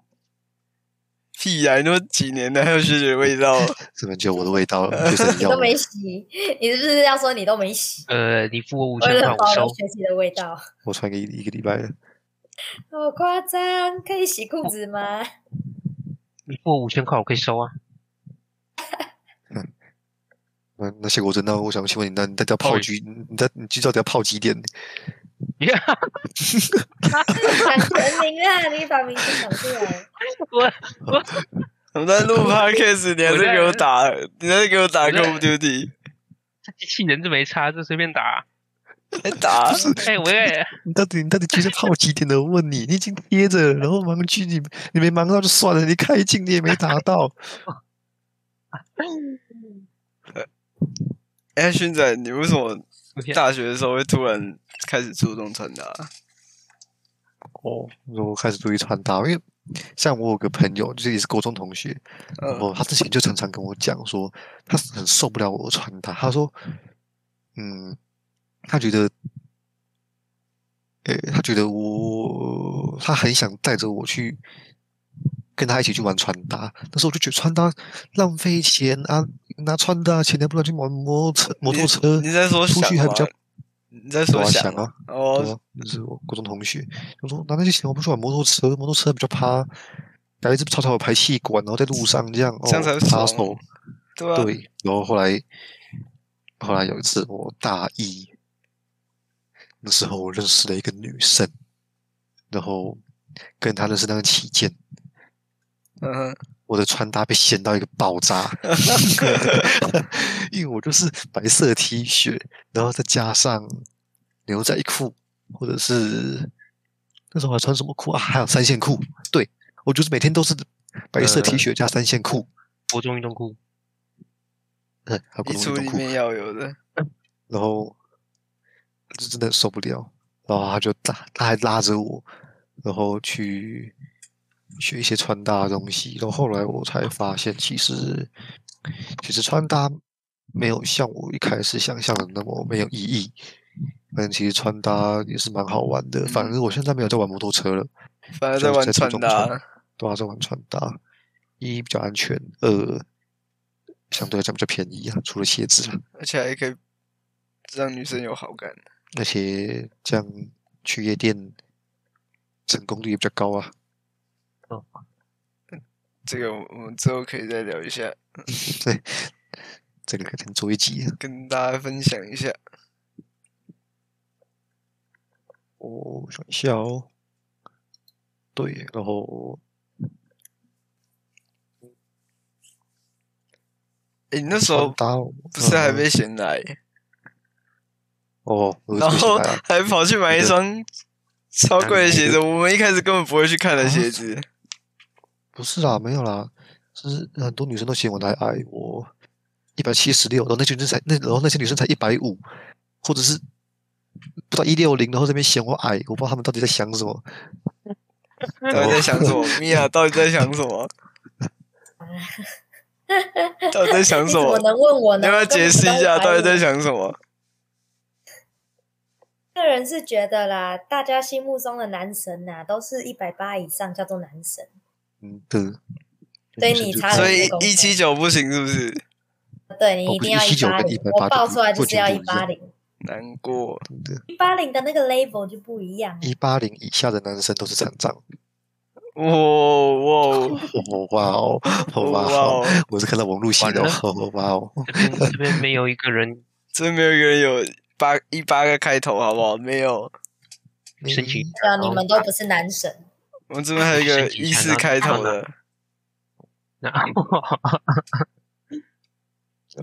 屁呀、你都几年了，还有学姐的味道？啊这本就有我的味道 了，就是你你要都的没洗，你是不是要说你都没洗？呃，你付我五为千块，了我保收留。学习的味道，我穿个一一个礼拜了，好夸张！可以洗裤子吗？你付我五千块，我可以收啊。那那谢国珍，那我想请问你，那你在叫哦泡局，你在你到底要泡 几点？ 想全名啊，你把名字讲出来。 我我们在 录 podcast，你还是给我打，你还是给我打我在 Call of Duty，这机器人就没差，这随便 打。还打不？是哎、我 也你到底你到底觉得泡几点的？我问你，你已经贴着了，然后忙去你你没忙到就算了，你开镜你也没达到。哎、勋仔，你为什 么我天大学的时候会突然开始注重穿搭？哦， 我开始注意穿搭，因为像我有个朋友，就是也是高中同学，然嗯，后他之前就常常跟我讲说，他是很受不了我的穿搭。他说，嗯，他觉得，诶，他觉得我，他很想带着我去跟他一起去玩穿搭，但是我就觉得穿搭浪费钱啊，拿穿搭钱，你还不如去玩摩托车，摩托车你在说出想去还比吗较。你在对说啊想想啊吗？哦对，啊，那是我高中同学，他说拿那些钱，我不去玩摩托车，摩托车比较趴，改一只草草排气管，然后在路上这样，这样哦才趴爽手，对啊，对，然后后来，后来有一次我大一，那时候我认识了一个女生，然后跟她认识那个期间，嗯哼，我的穿搭被掀到一个 爆炸，因为我就是白色 T 恤，然后再加上牛仔裤，或者是那时候还穿什么裤啊？还有三线裤，对我就是每天都是白嗯色 T 呃恤加三线裤，国中运动裤，嗯，还有衣古橱龙运动里裤。面要有的。然后他就真的受不了，然后他就拉，他还拉着我，然后去学一些穿搭的东西。然后后来我才发现，其实其实穿搭没有像我一开始想象的那么没有意义。但其实穿搭也是蛮好玩的，反嗯而我现在没有在玩摩托车了，反而在玩穿搭，都还啊在玩穿搭。一比较安全，二相对来讲比较便宜啊，除了鞋子啦。而且还可以让女生有好感。而且这样去夜店成功率也比较高啊，这个我们之后可以再聊一下，这个可能做一集啊。跟大家分享一下。我想一下哦，对，然后诶，你那时穿候搭不是还嗯被闲来，哦，我然是后想来啊 还跑去买一双超贵的鞋子，我们一开始根本不会去看哦的鞋 子。不是啦，没有啦，是很多女生都嫌我太矮，我一百七十六，然后那些女生才那，然后那些女生才一百五，或者是不到一六零，然后这边嫌我矮，我不知道他们到底在想 什么。到底在想什么？米哦娅到底在想什 么？到底在想你什怎么么？能问我你呢？要不要解释一下到底在想？想什么？个人是觉得啦，大家心目中的男神呐、都是一百八以上叫做男神。嗯，对，对你差所了以一公一七九不行是不是？对你哦一不定是要179八跟零， 189我报出来就是要不一仅不一八样零，难过，一八零的那个 label 就不一样了。一八零以下的男生都是残 障。哇 哇哦哇哦，哦哇哇哦，哦，我是看到网路写的完了哦哇哦， 这边这边没有一个人 真没有一个人有八一八个开头，好不好？没有，申请嗯，对啊，然后你们都不是男神，我们这边还有一个 申请一一下四开头的，那嗯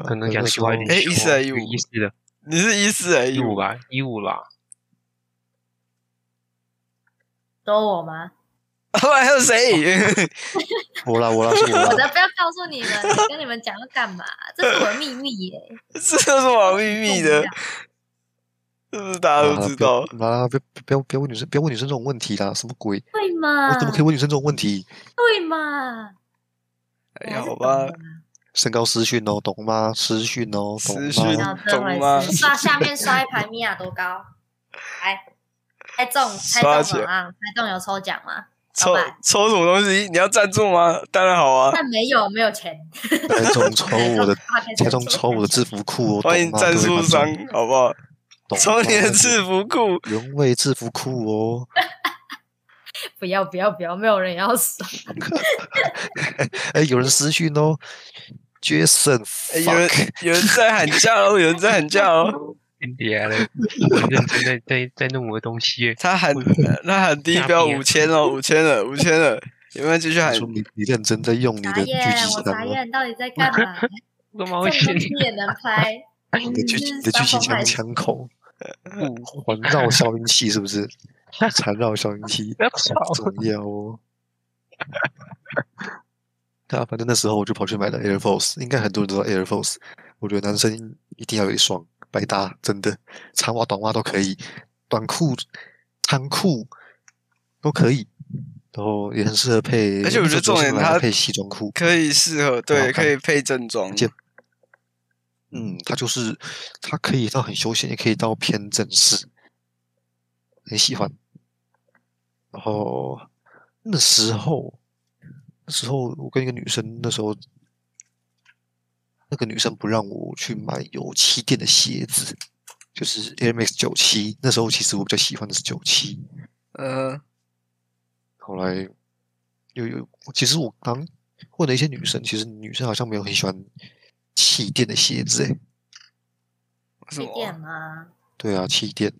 可能讲的句话有点哎凶14还哦是15一四的你是一四还是一一 五五？吧，一五吧，说我吗？还有谁？ 嗯我啦我啦是我我啦，的不要告诉你们，跟你们讲要干嘛？这是我的秘密 耶、这有什么好秘密的？是不是大家都知道？啊！不要不要不要问女生，不要问女生这种问题啦，什么鬼？对啊吗？我怎么可以问女生这种问题？对嘛？哎呀，好吧，身高私讯哦，懂吗？私讯哦，懂私讯吗？这懂吗回事。刷下面刷一排米娅多高？来，猜中，猜刷起中来了啊！猜中有抽奖吗？抽老板抽什么东西？你要赞助吗？当然好啊，但没有，没有钱。猜中抽 我 的，猜猜中抽我的制服裤哦，欢迎懂吗？各赞位助观众商，好不好？懂抽你的吗制服裤， 原味制服裤哦，不要不要不要，没有人要送。哎，有人私讯哦，Jason，哎有人 fuck，有人在喊价哦，有人在喊价哦。别了，我很认真在在在弄我的东西耶，他喊他喊低标吓屁啊五千哦，五千了，五千了，有没有继续喊你？说你你认真在用你傻的狙眼，击我枪傻哦，眼，到底在干嘛？我干嘛这 会种选东西也能拍？你的狙击你的伤狙风击 枪败俗枪口不环绕消音器是不是？缠绕消音器不要吵，重要哦。 对啊，反正那时候我就跑去买了 Air Force，应该很多人都知道 Air Force。我觉得男生一定要有一双，百搭，真的，长袜、短袜都可以，短裤、长裤都可以，然后也很适合配。而且我觉得那时重候点是买来它配西装裤，可以适合，很对，好看可以配正装。而且嗯，它就是它可以到很休闲，也可以到偏正式，很喜欢。然后那时候，那时候我跟一个女生，那时候那个女生不让我去买有气垫的鞋子，就是 Air Max 九七。那时候其实我比较喜欢的是九七，嗯，后来有有，其实我刚问了一些女生，其实女生好像没有很喜欢气垫的鞋子，诶，为什几么点啊？吗？对啊，气垫。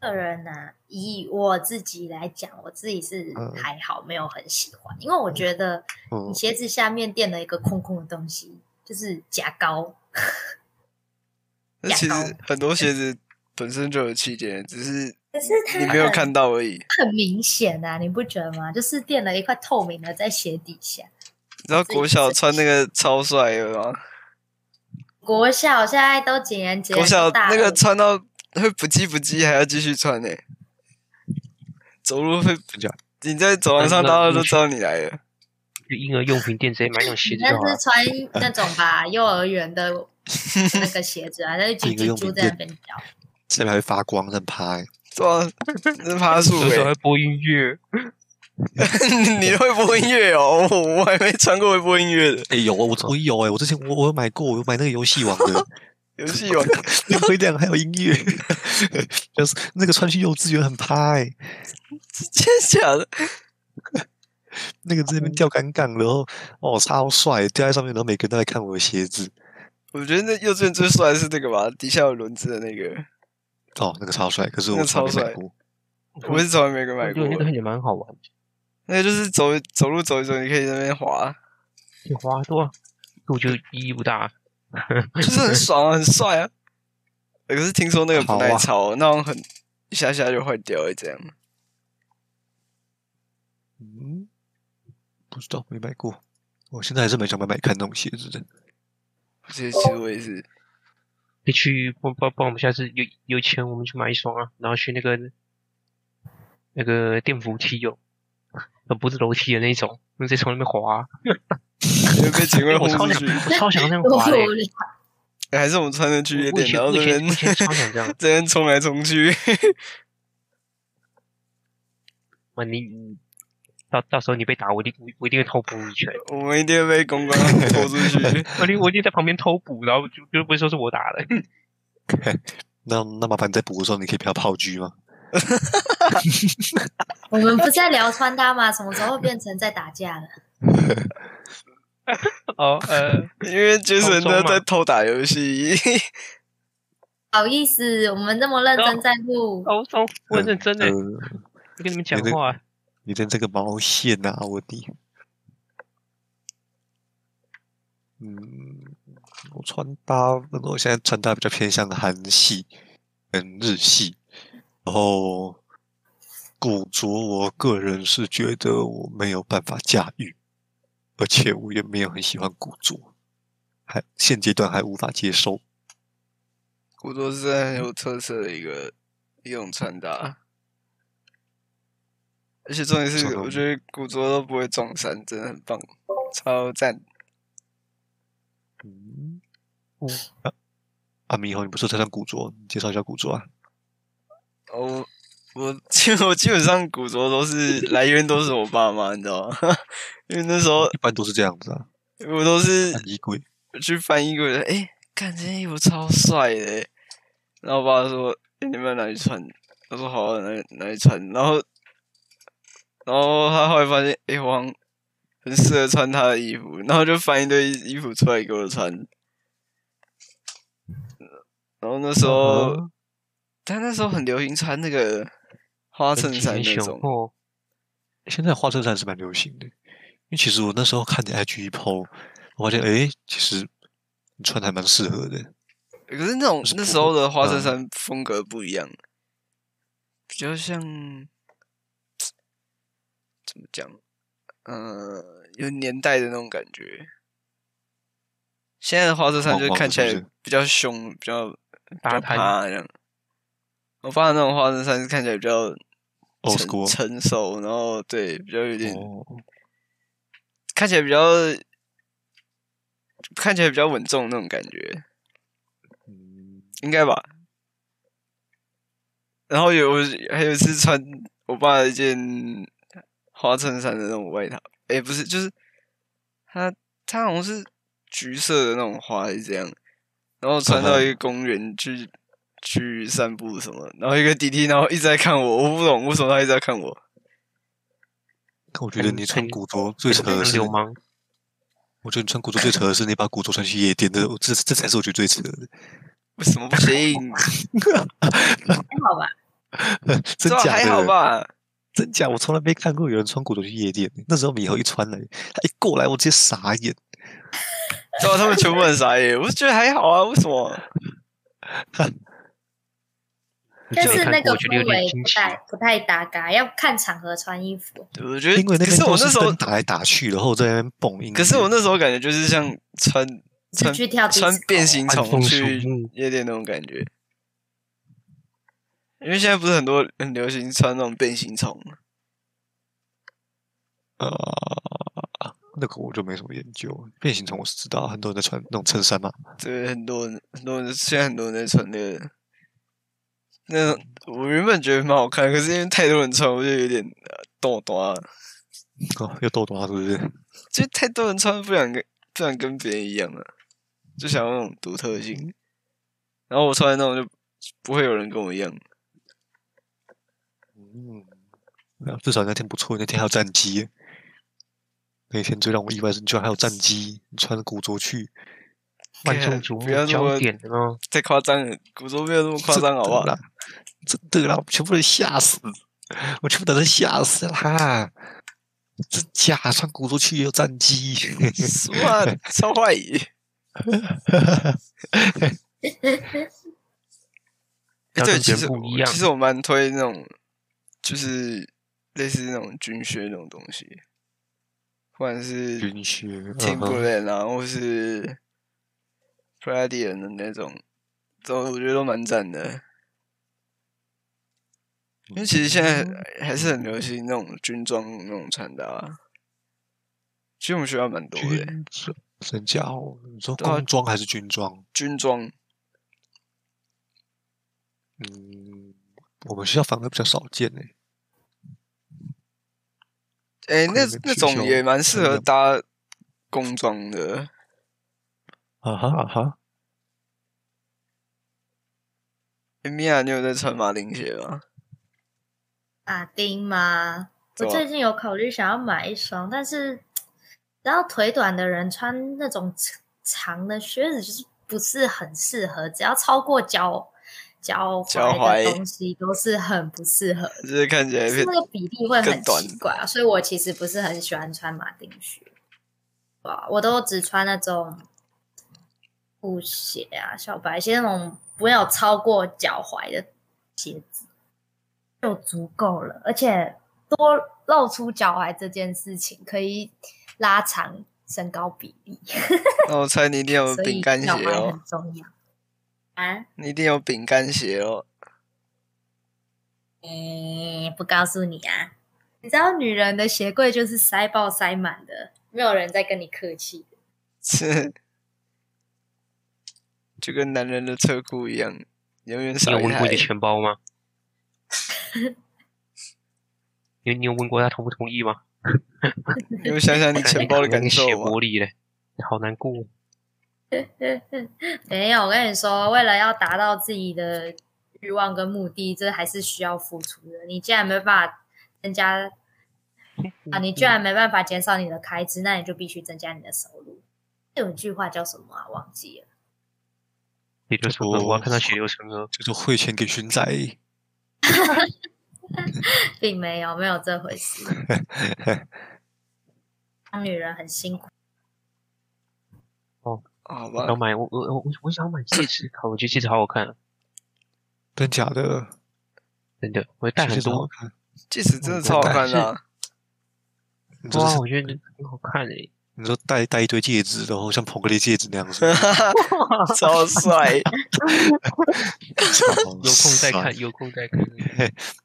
个人呢、以我自己来讲，我自己是嗯还好，没有很喜欢，因为我觉得嗯你，鞋子下面垫了一个空空的东西，就是夹膏。那其假实很多鞋子本身就有气垫，只是可是它你没有很看到而已。很明显啊，你不觉得吗？就是垫了一块透明的在鞋底下。你知道国小穿那个超帅的吗？国小现在都几年级了？国小都大那了个穿到会不羁不羁，还要继续穿呢、走路会假，你在走廊上那大家那都知道你来了。就婴儿用品店直接买那种鞋你子那就好了 是。穿那种吧，幼儿园的那个鞋子啊，那就一啾个啾用啾品在那边叫。下面还会发光，很拍、欸。对啊，那爬树有时候欸，还播音乐， 你会播音乐哦？我我还没穿过会播音乐的哎、有啊，我我有哎、我之前我我有买过，我有买那个游戏王的， 游戏王，有会亮，还有音乐， 就是那个穿去幼稚园很拍、欸，真假的？那个在那边吊杆杠，然后哦超帅，吊在上面，然后每个人都来看我的鞋子，我觉得那幼稚园最帅的是那个吧，底下有轮子的那个，嗯哦那个超帅，可是那我个从来超没买帅过，我是从来没买我觉过得那。个也蛮好玩的，那个就是走走路走一走，你可以在那边滑，挺花多啊，我就意义不大。就是很爽、啊，很帅啊。可是听说那个不耐好啊操、那种很一下下就坏掉了，这样。嗯，不知道没买过，我现在还是蛮想买买看那种鞋子的。其实其实我也是，可以去帮帮帮我们下次有有钱我们去买一双啊，然后去那个那个电扶梯有，呃不是楼梯的那一种，直接从那边滑啊、因为被警卫我轰超出想去、超想那样我滑的、欸无，聊哎还是我们穿着去夜我以店，前然后我这以前边，我以前超想这样 这边冲来冲去。哇你。你到到时候你被打，我一定我我一定会偷补一 拳，我们一定会被公关拖出 去。我一定我一定在旁边偷补，然后就就不会说是我打 的。那那麻烦你在补的时候，你可以不要炮狙吗？ 我们不是在聊穿搭吗？什么时候变成在打架了？哦，呃，因为杰森高中他嘛在偷打游戏，好意思，我们这么认真在录，高中哦我很认真的嗯呃，跟你们讲你的话，你的这个毛线啊，我的。嗯，我穿搭，我现在穿搭比较偏向韩系跟日系，然后古着，我个人是觉得我没有办法驾驭，而且我也没有很喜欢古着，还现阶段还无法接受。古着是很有特色的一个一种穿搭，而且重点穿是，搭我觉得古着都不会撞衫，真的很棒，超赞。嗯，我啊，阿明以后你不是在穿古着，你介绍一下古着啊？我哦我基我基本上古着都是来源都是我爸妈，你知道吗？ 因为那时候一般都是这样子啊，我都是看衣柜。去翻衣柜的，哎、看这件衣服超帅的、欸。然后我爸说：“欸、你们拿去穿。”我说：“好、啊，拿去拿去穿。”然后，然后他后来发现，哎、我好像很适合穿他的衣服，然后就翻一堆衣服出来给我穿。然后那时候，嗯他那时候很流行穿那个花衬衫那雄种，厚，现在花衬衫是蛮流行的，因为其实我那时候看你 IG 一 po，我发现诶，其实你穿的还蛮适合的。可是那种就是那不时候的花嗯衬衫风格不一样，比较像怎么讲？呃，有年代的那种感觉。现在的花衬衫黄就黄的看起来是不是比较凶，比较比打较胎趴这样。我爸那种花衬衫看起来比较 Old 成 school 成熟，然后对比较有点哦，看起来比较看起来比较稳重那种感觉。嗯，应该吧。然后有还有一次穿我爸的一件花衬衫的那种外套，诶，不是，就是他他好像是橘色的那种花还是怎样，然后穿嗯到一个公园去去散步什么，然后一个弟弟然后一直在看我，我不懂为什么他一直在看我，但我觉得很你穿很古着哦最扯的很是，流氓，我觉得你穿古着最扯的是你把古着穿去夜店，这这这才是我觉得最扯的， 为什么不行？还好吧？这真假的？还好？吧？真假？我从来没看过有人穿古着去夜店。那时候以后一穿来，他一过来我直接傻眼，对啊，他们全部很傻眼，我是觉得还好啊，为什么？但是那个我觉得有氛围点惊不奇。太不太搭嘎，要看场合穿衣服。我觉得，因为那可边是都我那时候灯打来打去，然后在那边蹦音乐。可是我那时候感觉就是像穿穿去跳迪斯科穿变形暗虫风去鼠目夜店那种感觉，因为现在不是很多很流行穿那种变形虫吗，啊，那个我就没什么研究。变形虫我是知道，很多人在穿那种衬衫嘛。对，很多人很多人现在很多人在穿那个。那我原本觉得蛮好看，可是因为太多人穿，我就有点呃痘痘啊，哦，又逗懂啊，是不是？就太多人穿，不想跟不想跟别人一样了，就想要那种独特性。然后我穿的那种就不会有人跟我一样。嗯，那至少那天不错，那天还有战机耶。那天最让我意外的是，你居然还有战机，你穿古着去，万众瞩不要目那么焦点哦，太夸张了，古着没有那么夸张，好不好真的？啦？真的啦，我全部人吓死，我全部等人吓死啦！真假穿古着去也有战 机，什么啊、超怀疑？哎要对，跟其别实人我不一样其实我蛮推那种，就是类似那种军靴那种东西，不管是军靴，嗯哼 Timberland 啊，或是 Prada 的那种，都我觉得都蛮赞的。嗯因为其实现在还是很流行那种军装那种穿搭、啊，其实我们学校蛮多的、军装，真假哦？你说对啊工装还是军装？军装。欸嗯，我们学校反而比较少见呢、哎、那可以那去种修也蛮适可以合的搭工装的，啊哈啊哈，欸、米娅，你有在穿马丁鞋吗？阿啊丁吗？怎我么最近有考虑想要买一双，但是然后腿短的人穿那种长的靴子就是不是很适合，只要超过脚脚脚踝的踝东西都是很不适合的，就是看起来就是偏那个比例会更很短奇怪啊。所以我其实不是很喜欢穿马丁靴，对啊，我都只穿那种布鞋啊、小白鞋那种不要超过脚踝的鞋子就足够了，而且多露出脚踝这件事情可以拉长身高比例，那我哦猜你一定有所饼以干鞋脚踝哦很，重要啊。你一定有饼干鞋哦。诶、不告诉你啊！你知道女人的鞋柜就是塞爆塞满的，没有人在跟你客气。就跟男人的车库一样，永远你有少一问过台你。钱包吗？你你有问过他同不同意吗？你有想想你钱包的感 受啊血吗？玻璃嘞，好难过。没有，我跟你说，为了要达到自己的欲望跟目的，这还是需要付出的。你既然没办法增加啊，你居然没办法减少你的开支，那你就必须增加你的收入。有一句话叫什么啊？忘记了。血流成河，我要看到血流成河。就是汇钱给巡仔。并没有，没有这回事。当女人很辛苦，好我想吧，买，我我我我想买戒指，好，我觉得戒指好好看啊，真假的？真的，我戴其很实好多。看，戒指真的超好看的、啊，你说哇，哦是我觉得很好看诶、你说戴戴一堆戒指，然后像彭格雷戒指那样 子，超帅。有有空再看，，有空再看。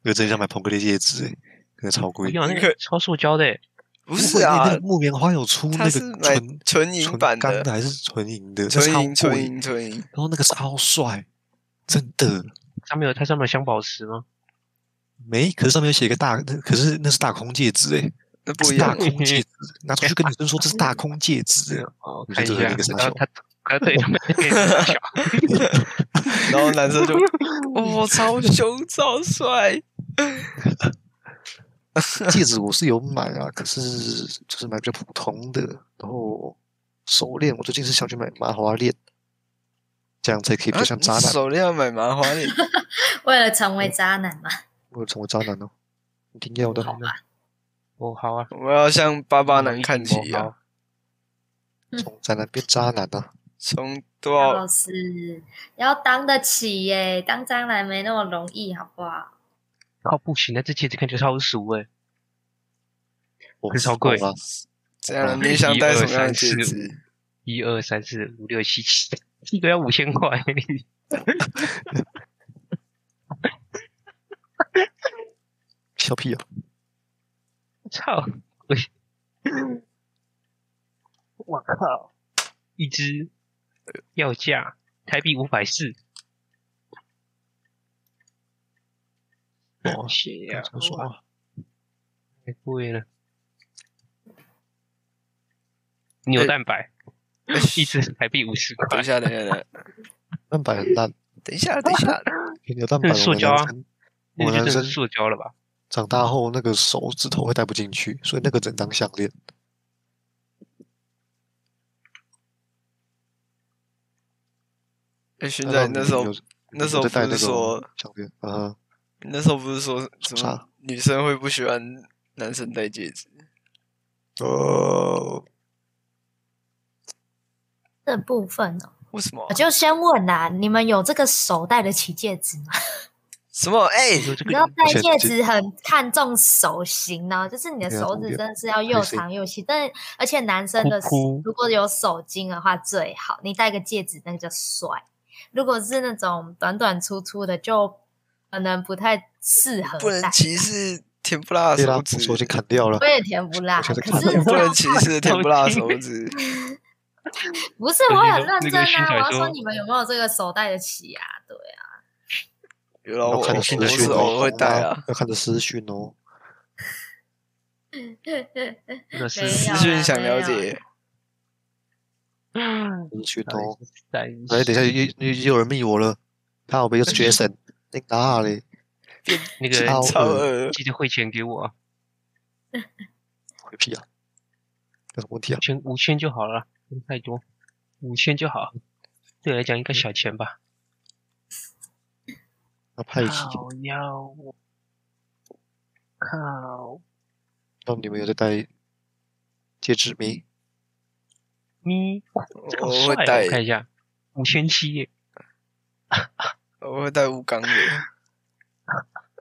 我真的想买彭格雷戒指，哎，真的超贵哎。呀，那个超塑胶的、欸，不不是会那啊个，木棉花有出那它个是买纯纯银纯版钢的，还是纯银的？纯那银超纯贵，银纯银。然后那个超帅，真的上面有它上面有镶宝石吗？没。可是上面有写一个大，可是那是大空戒指哎，那那不是一大样，空戒指，拿出去跟女生说这是大空戒指，欸哦，你看一这下，个那个啥然后小它它对他们然后男生 就，哇、 啊超凶，超帅。 戒指我是有买啊，可是就是买比较普通的。然后手链，我最近是想去买麻花链，这样才可以比较啊像你渣男，手链要买麻花链，为了成为渣男嘛，我成为渣男哦，一定要的。啊好吧？哦，好啊，我们要向巴巴男看齐好啊！从渣男变渣男 啊，从多要少是要当得起耶，当渣男没那么容易，好不好？哦，不行，那这戒指看起来超俗哎、我可是好贵啊！这样？你想戴什么样的戒指？ 一二三四五六七七，一个要五千块， 小屁啊，操！我我靠，一只要价台币五百四，哦，谢呀、想说哇话，太贵了。牛蛋白、哎一只台币五十等块一，下，等一下，蛋白很烂，等一下，等一下，给你的 蛋白，我塑们胶啊男生我那们就男真的是生塑胶了吧？长大后那个手指头会戴不进去，所以那个整当项链。哎，勋那仔，你那时候有那时候有在戴不是那种说项链啊哈？那时候不是说什么啥女生会不喜欢男生戴戒指？哦呃，这部分哦，为什么我？就先问啦、你们有这个手戴得起戒指吗？什么？哎，有这你个知道戴而且戒这指很看重手型呢、就是你的对啊手重指点真的是要又还是长又细，但而且男生的哭哭如果有手巾的话最好，你戴个戒指那个叫帅。如果是那种短短粗粗的，就可能不太适合不能戴，歧视甜不辣的被拉手我手已指经，砍掉了我。也甜不辣。我现在可看是到不这能歧视甜不辣的手 指。不是我很认那个真新啊！仔我要说说你们有没有这个手戴得起啊？对啊，有了，我要哦我看的是私讯偶哦， 尔会戴好吗啊。要看的私讯哦。真的是没资有讯啦想没了有啊解，你去到底偷。啊是三哎，等一下，小又又又有人密我了，看我们 又是 Jason，你哪里？那超个超恶记得汇钱给我啊，回屁啊！有什么问题啊五？千五千就好了，不用太多，五千就好，对我来讲应该小钱吧。要派系，靠腰，我靠那你们有在戴戒指没？咪，哇这个好我帅会哦，戴我看一下，五千七耶，我会带无钢的。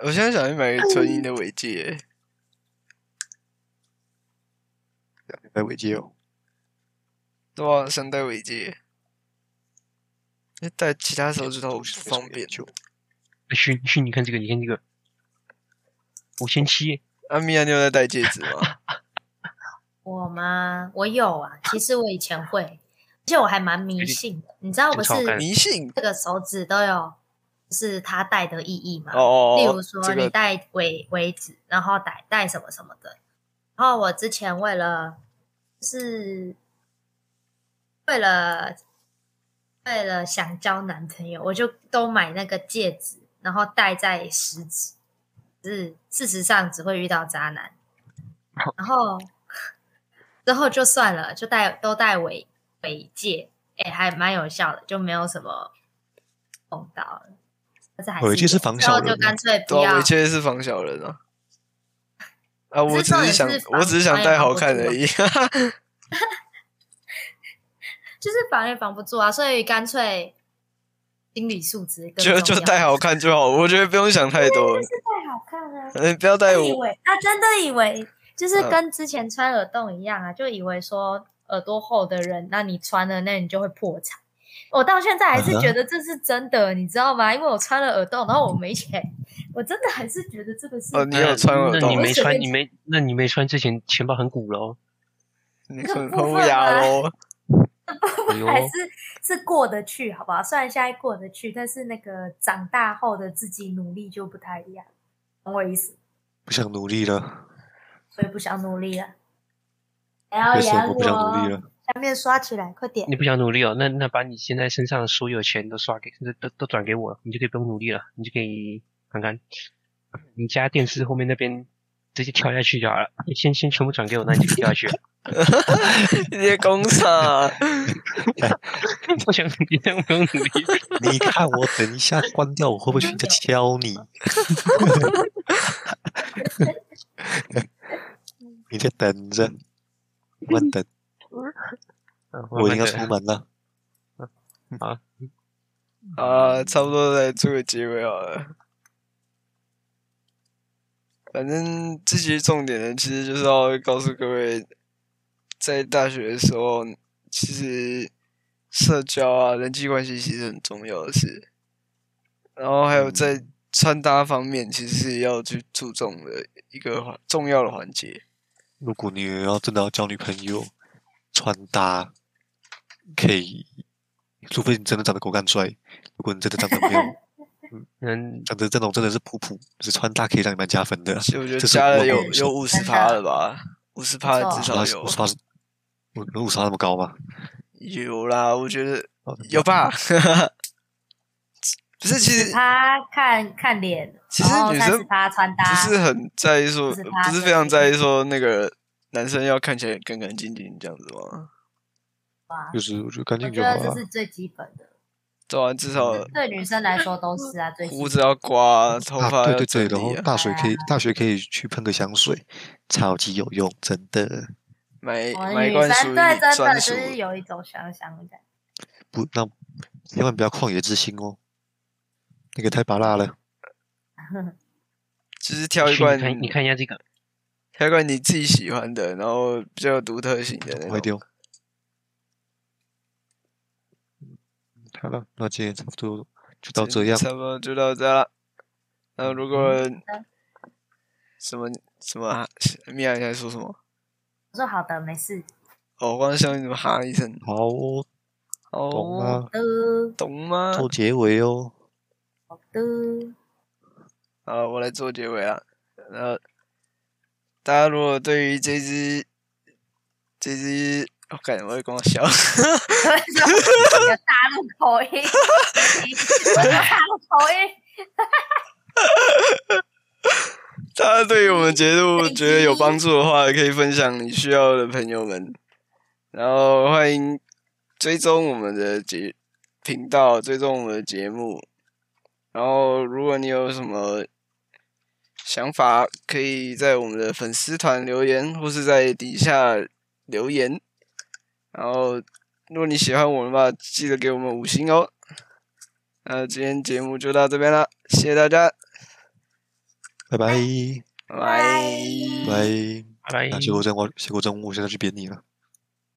我现在想去买个纯银的尾戒，戴尾戒哦，对吧、啊？三戴尾戒，那戴其他手指头不方便。就勋勋，你看这个，你看这个，五千七耶，阿啊米娅，你有在戴戒指 吗？我吗？我有啊，其实我以前会，而且我还蛮哎迷信的。你知道，不是挺好看的迷信这个手指都有，就是它带的意义嘛。哦哦，例哦如说这你个戴尾尾指，然后戴戴什么什么的。然后我之前为了就是为了为了想交男朋友，我就都买那个戒指，然后戴在食指，是事实上只会遇到渣男。然后之后就算了，就戴都戴尾尾戒，哎，还蛮有效的，就没有什么碰到了。但是还是尾戒是有防最小后人就吗干脆不对啊，要我。确实是防小人啊。啊，可是我只重点想是，我只是防想戴好看防而也已。就是防也防不住啊，所以干脆心理素质更 重就要。就戴好看就好，我觉得不用想太 多，戴好看啊！嗯，不要戴他以我，为他啊真的以为就是嗯跟之前穿耳洞一样啊，就以为说耳朵厚的人，那你穿了那你就会破财。我到现在还是觉得这是真的，你知道吗？因为我穿了耳洞，然后我没钱， 我真的还是觉得这个是哦 你有穿耳呃那洞你吗没我随穿，便你没，那你没穿之前钱包很鼓喽。你这个很部很无分牙 啊喽。哎呦，还是是过得去，好不好？虽然现在过得去，但是那个长大后的自己努力就不太一样，懂我意思？不想努力了，所以不想努力了。然后为什养么不想努力了？下面刷起来，快点你！不想努力哦，那那把你现在身上所有钱都刷给，都都都转给我，你就可以不用努力了，你就可以看看你家电视后面那边直接跳下去就好了，先先全部转给我，那你就跳下去了。 你些工厂， 不想努 力，这样不用努力。 你看我等一下关掉，我会不会去人家敲你？ 你在等着，慢慢等，嗯慢慢我已经要等出门了。好，啊，差不多来做个结尾好了。反正这些重点呢，其实就是要告诉各位，在大学的时候，其实社交啊、人际关系其实很重要的事。然后还有在穿搭方面，其实是要去注重的一个环重要的环节。如果你要真的要交女朋友，穿搭可以，除非你真的长得狗干帅，如果你真的长得 没有嗯，长得这种真的是普普，就是穿搭可以让你蛮加分的啊。其实我觉得这是加了我啊有懂有五十真的趴了吧，五十趴没错至少五十有五十八是，我我五十八那么高吗？有啦，我觉得哦有吧？嗯 不是，其实他看看脸，其实然后女三生十趴穿搭，不是很在意说，就是他不是非常在意说那个男生要看起来干干净净这样子吗？哇就是我觉得干我净觉就好得这了是。最基本的，对啊，至少对女生来说都是啊，最基胡本子要刮啊，头啊，发对要对对，整然后理啊，大学可以大学可以去喷个香水，超级有用，真的。买我买们一哦女罐属于生对你真的专就属是有一种香香的感觉。不，那千万不要旷野之心哦，那个太拔辣了。就是挑一去罐你看，你看一下这个，挑一罐你自己喜欢的，然后比较有独特性的那快种。丢。好了，那今天差不多就到这样。嗯差不多就到这了。那如果什么什么啊，米娅你在说什么？我说好的，没事。哦，我刚刚想你怎么哈一声？好哦，懂哦，啦，呃，懂吗？做结尾哦。好的。 啊，我来做结尾啊。呃，大家如果对于这只这只，我感觉我会跟我笑。 有大陆口音， 我有大陆口音。大家对于我们节目觉得有帮助的话，可以分享你需要的朋友们，然后欢迎追踪我们的节频道，追踪我们的节目。然后，如果你有什么想法，可以在我们的粉丝团留言，或是在底下留言。然后，如果你喜欢我们吧，记得给我们五星哦。那今天节目就到这边了，谢谢大家，拜拜拜拜。拜。拜拜那。谢国珍，我谢国珍，我现在去扁你了。